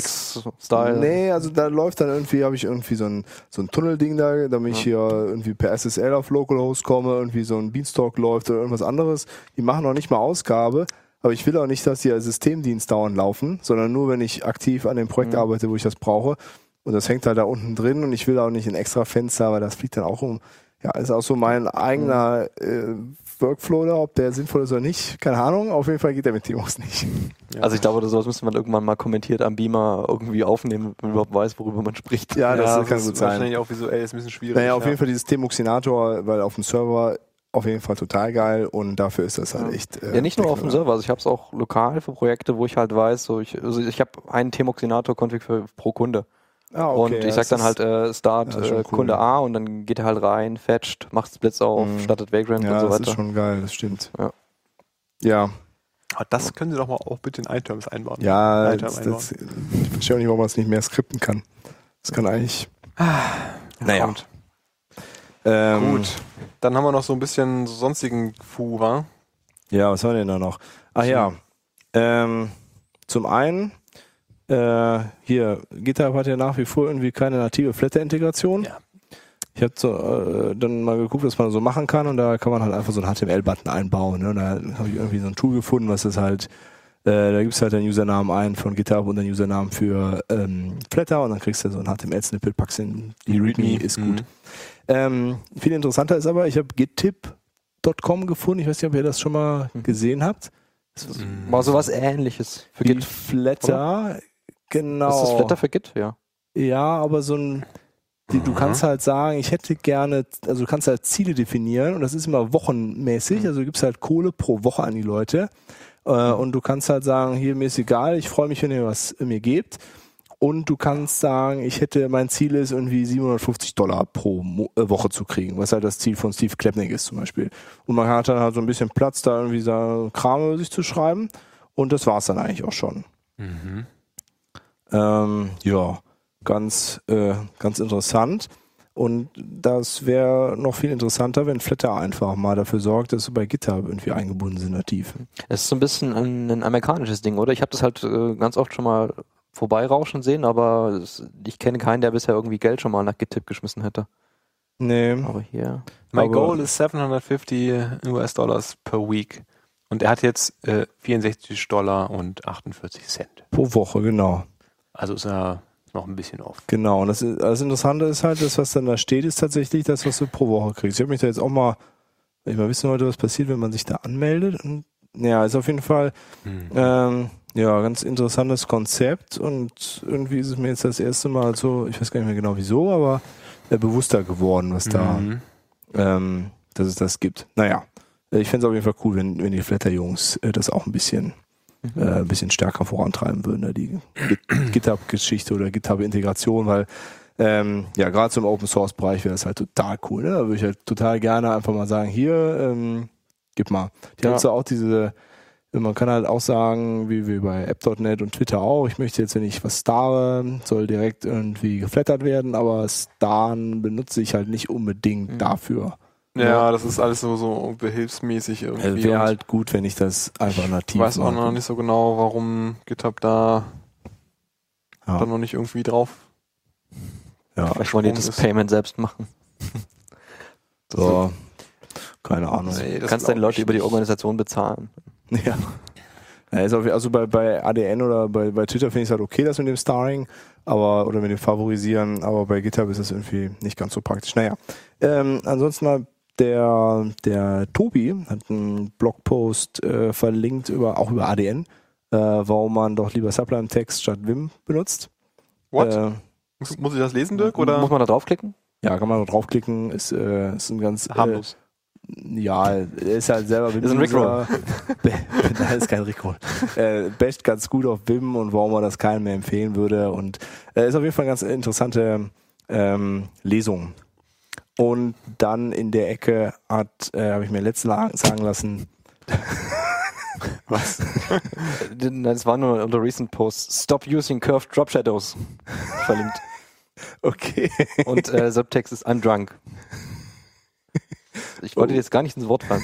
Matrix-Style.
nee, also da läuft dann irgendwie, habe ich irgendwie so ein, so ein Tunnelding da, damit ich hier irgendwie per SSL auf Localhost komme, irgendwie so ein Beanstalk läuft oder irgendwas anderes. Die machen auch nicht mal Ausgabe, aber ich will auch nicht, dass die als Systemdienst dauernd laufen, sondern nur, wenn ich aktiv an dem Projekt arbeite, wo ich das brauche. Und das hängt halt da unten drin und ich will auch nicht ein extra Fenster, weil das fliegt dann auch um. Ja, ist auch so mein eigener äh, Workflow da, ob der sinnvoll ist oder nicht. Keine Ahnung, auf jeden Fall geht der mit Demos nicht.
Ja.
Also ich glaube, sowas müsste man irgendwann mal kommentiert am Beamer irgendwie aufnehmen, wenn man überhaupt weiß, worüber man spricht.
Ja, Ah, das kann gut
ist
sein.
Wahrscheinlich auch visuell ist ein bisschen schwierig.
Naja, auf
ja.
jeden Fall dieses Demuxinator, weil auf dem Server auf jeden Fall total geil und dafür ist das halt echt. äh,
Ja, nicht nur auf dem
Technologie.
Server, also ich habe es auch lokal für Projekte, wo ich halt weiß, so ich, also ich habe einen Temoxinator-Config für- pro Kunde.
Ah, okay,
und
ja,
ich
das
sag dann
ist-
halt äh, Start
ja, das ist
äh,
schon cool.
Kunde A und dann geht er halt rein, fetcht, macht Splits auf,
Mhm.
startet Vagrant
Ja,
und so
das ist
weiter.
schon geil, das stimmt.
Ja.
Ja,
Aber das können Sie doch mal auch bitte in iTerms einbauen.
ja,
Item
das,
einbauen.
das, ich verstehe auch nicht, warum man es nicht mehr skripten kann. Das kann eigentlich.
Naja.
Kommt.
Ähm,
Gut. Dann haben wir noch so ein bisschen so sonstigen Fu, wa?
Ja, was war denn da noch? Ach ja, ähm, zum einen, äh, hier, GitHub hat ja nach wie vor irgendwie keine native Flatter-Integration.
Ja.
Ich habe so, äh, dann mal geguckt, was man so machen kann und da kann man halt einfach so einen HTML-Button einbauen. Ne? Und da habe ich irgendwie so ein Tool gefunden, was das halt, äh, da gibst du halt den Usernamen ein von GitHub und den Usernamen für ähm, Flatter und dann kriegst du so ein HTML-Snippet, packst in die Readme, ist gut.
Mhm.
Ähm, viel interessanter ist aber, ich habe gittip.com gefunden. Ich weiß nicht, ob ihr das schon mal
Mhm.
gesehen habt.
Mhm.
War sowas ähnliches für
Die
Git.
Flatter, genau.
Ist das Flatter für Git? Ja.
Ja, aber so ein. Die, du kannst halt sagen, ich hätte gerne, also du kannst halt Ziele definieren und das ist immer wochenmäßig, also du gibst halt Kohle pro Woche an die Leute äh, und du kannst halt sagen, hier mir ist egal, ich freue mich, wenn ihr was mir gebt und du kannst sagen, ich hätte, mein Ziel ist irgendwie 750 Dollar pro Mo äh, Woche zu kriegen, was halt das Ziel von Steve Klebnick ist zum Beispiel. Und man hat dann halt so ein bisschen Platz, da irgendwie so Kram über sich zu schreiben und das war's dann eigentlich auch schon. Ähm, ja, ganz, äh, ganz interessant. Und das wäre noch viel interessanter, wenn Flatter einfach mal dafür sorgt, dass sie bei GitHub irgendwie eingebunden sind nativ.
Es ist so ein bisschen ein, ein amerikanisches Ding, oder? Ich habe das halt äh, ganz oft schon mal vorbeirauschen sehen, aber es, ich kenne keinen, der bisher irgendwie Geld schon mal nach Git-Tipp geschmissen hätte.
Nee.
Aber hier.
My
Aber-
goal is 750 US-Dollars per week. Und er hat jetzt äh, 64 Dollar und 48 Cent.
Pro Woche, genau.
Also ist er noch ein bisschen off.
Genau. Und das, ist, das Interessante ist halt, das, was dann da steht, ist tatsächlich das, was du pro Woche kriegst. Ich habe mich da jetzt auch mal, ich mal wissen wollte, was passiert, wenn man sich da anmeldet. Und, ja, ist auf jeden Fall Ähm, ja, ganz interessantes Konzept und irgendwie ist es mir jetzt das erste Mal so, ich weiß gar nicht mehr genau wieso, aber äh, bewusster geworden, was da,
Mhm.
ähm, dass es das gibt. Naja, äh, ich fände es auf jeden Fall cool, wenn, wenn die Flatter-Jungs äh, das auch ein bisschen,
mhm.
äh, ein bisschen stärker vorantreiben würden, ne, die Git- GitHub-Geschichte oder GitHub-Integration, weil ähm, ja, gerade so im Open-Source-Bereich wäre das halt total cool. Ne? Da würde ich halt total gerne einfach mal sagen, hier, ähm, gib mal. Die
Ja.
haben zwar auch diese, man kann halt auch sagen, wie, wie bei app.net und Twitter auch, ich möchte jetzt, wenn ich was starre, soll direkt irgendwie geflattert werden, aber Starren benutze ich halt nicht unbedingt dafür.
Ja, das ist alles so, so behilfsmäßig irgendwie.
Also wäre
Und
halt gut, wenn ich das einfach
ich
nativ
weiß auch
machen
noch
würde.
nicht so genau, warum GitHub da,
Ja.
da noch nicht irgendwie drauf.
Ja.
Vielleicht wollen die das
Sprung ist-
Payment selbst machen.
So. Keine Ahnung.
Nee,
Du
das
kannst
glaub
deine Leute
ich
über die
nicht.
Organisation bezahlen.
[LAUGHS] Ja. Ja, ist auf, also bei, bei ADN oder bei, bei Twitter finde ich es halt okay, das mit dem Starring aber, oder mit dem Favorisieren, aber bei GitHub ist das irgendwie nicht ganz so praktisch. Naja, ähm, ansonsten mal der, der Tobi hat einen Blogpost äh, verlinkt, über, auch über ADN, äh, warum man doch lieber Sublime Text statt Vim benutzt.
What?
Äh,
Muss- Muss ich das lesen, Dirk? Oder
Muss man da draufklicken?
ja, kann man draufklicken, ist, äh, ist ein ganz... Äh,
harmlos?
ja, er ist halt selber Vim.
Ist ein Rickroll. [LAUGHS]
Nein, ist kein Rickroll. Äh, basht ganz gut auf Vim und warum man das keinem mehr empfehlen würde. Und äh, ist auf jeden Fall eine ganz interessante ähm, Lesung. Und dann in der Ecke hat, äh, habe ich mir letztes Mal sagen lassen, was?
Äh, Nein, es war nur unter Recent Posts. Stop using curved drop shadows. Verlinkt.
Okay.
Und äh, Subtext ist I'm drunk. Ich wollte dir jetzt gar nicht ins Wort fallen.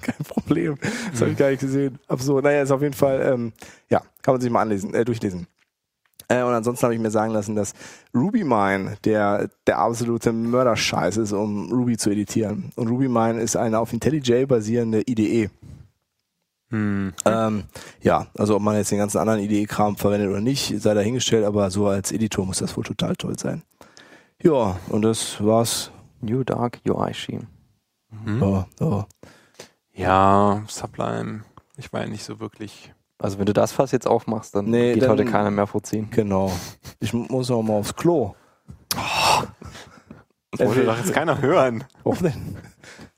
Kein [LAUGHS] Problem. Das habe ich gar nicht gesehen. Absurd. Naja, ist auf jeden Fall, ähm, ja, kann man sich mal anlesen, äh, durchlesen. Äh, und ansonsten habe ich mir sagen lassen, dass RubyMine der, der absolute Mörderscheiß ist, um Ruby zu editieren. Und RubyMine ist eine auf IntelliJ basierende IDE.
Hm.
Ähm, ja, also ob man jetzt den ganzen anderen IDE-Kram verwendet oder nicht, sei dahingestellt, aber so als Editor muss das wohl total toll sein. Ja, und das war's
New Dark UI Scheme.
Hm?
Oh, oh.
Ja, Sublime. Ich war ja nicht so wirklich.
Also wenn du das Fass jetzt aufmachst, dann
Nee,
geht
dann-
heute keiner mehr vorziehen.
Genau. Ich muss auch mal aufs Klo.
Oh, Das wollte doch jetzt keiner hören. [LAUGHS]
Warum denn?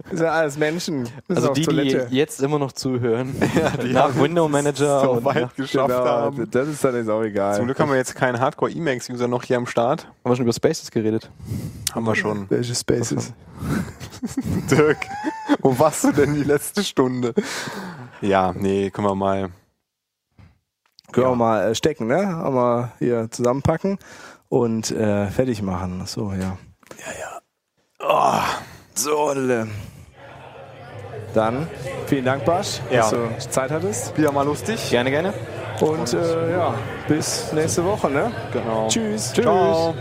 Das sind ja alles Menschen. Müssen
Also
auf
die, die
Toilette.
jetzt immer noch zuhören, nach Window Manager
so
und
weit
nach,
geschafft
genau,
haben.
Das ist dann jetzt auch egal.
Zum Glück haben wir jetzt keinen Hardcore-Emacs-User noch hier am Start.
haben wir schon über Spaces geredet.
Haben wir [LAUGHS] schon.
Welche Spaces?
Dirk, wo warst du denn die letzte Stunde? Ja, nee, können wir mal.
Können
Ja.
wir mal äh, stecken, ne? Haben wir hier zusammenpacken und äh, fertig machen. So, ja. Oh, So, Lille. Dann vielen Dank, Basch,
Ja.
dass du Zeit hattest.
Wieder mal lustig.
Gerne, gerne.
Und äh, ja, bis nächste Woche, ne?
Genau.
Tschüss.
Ciao.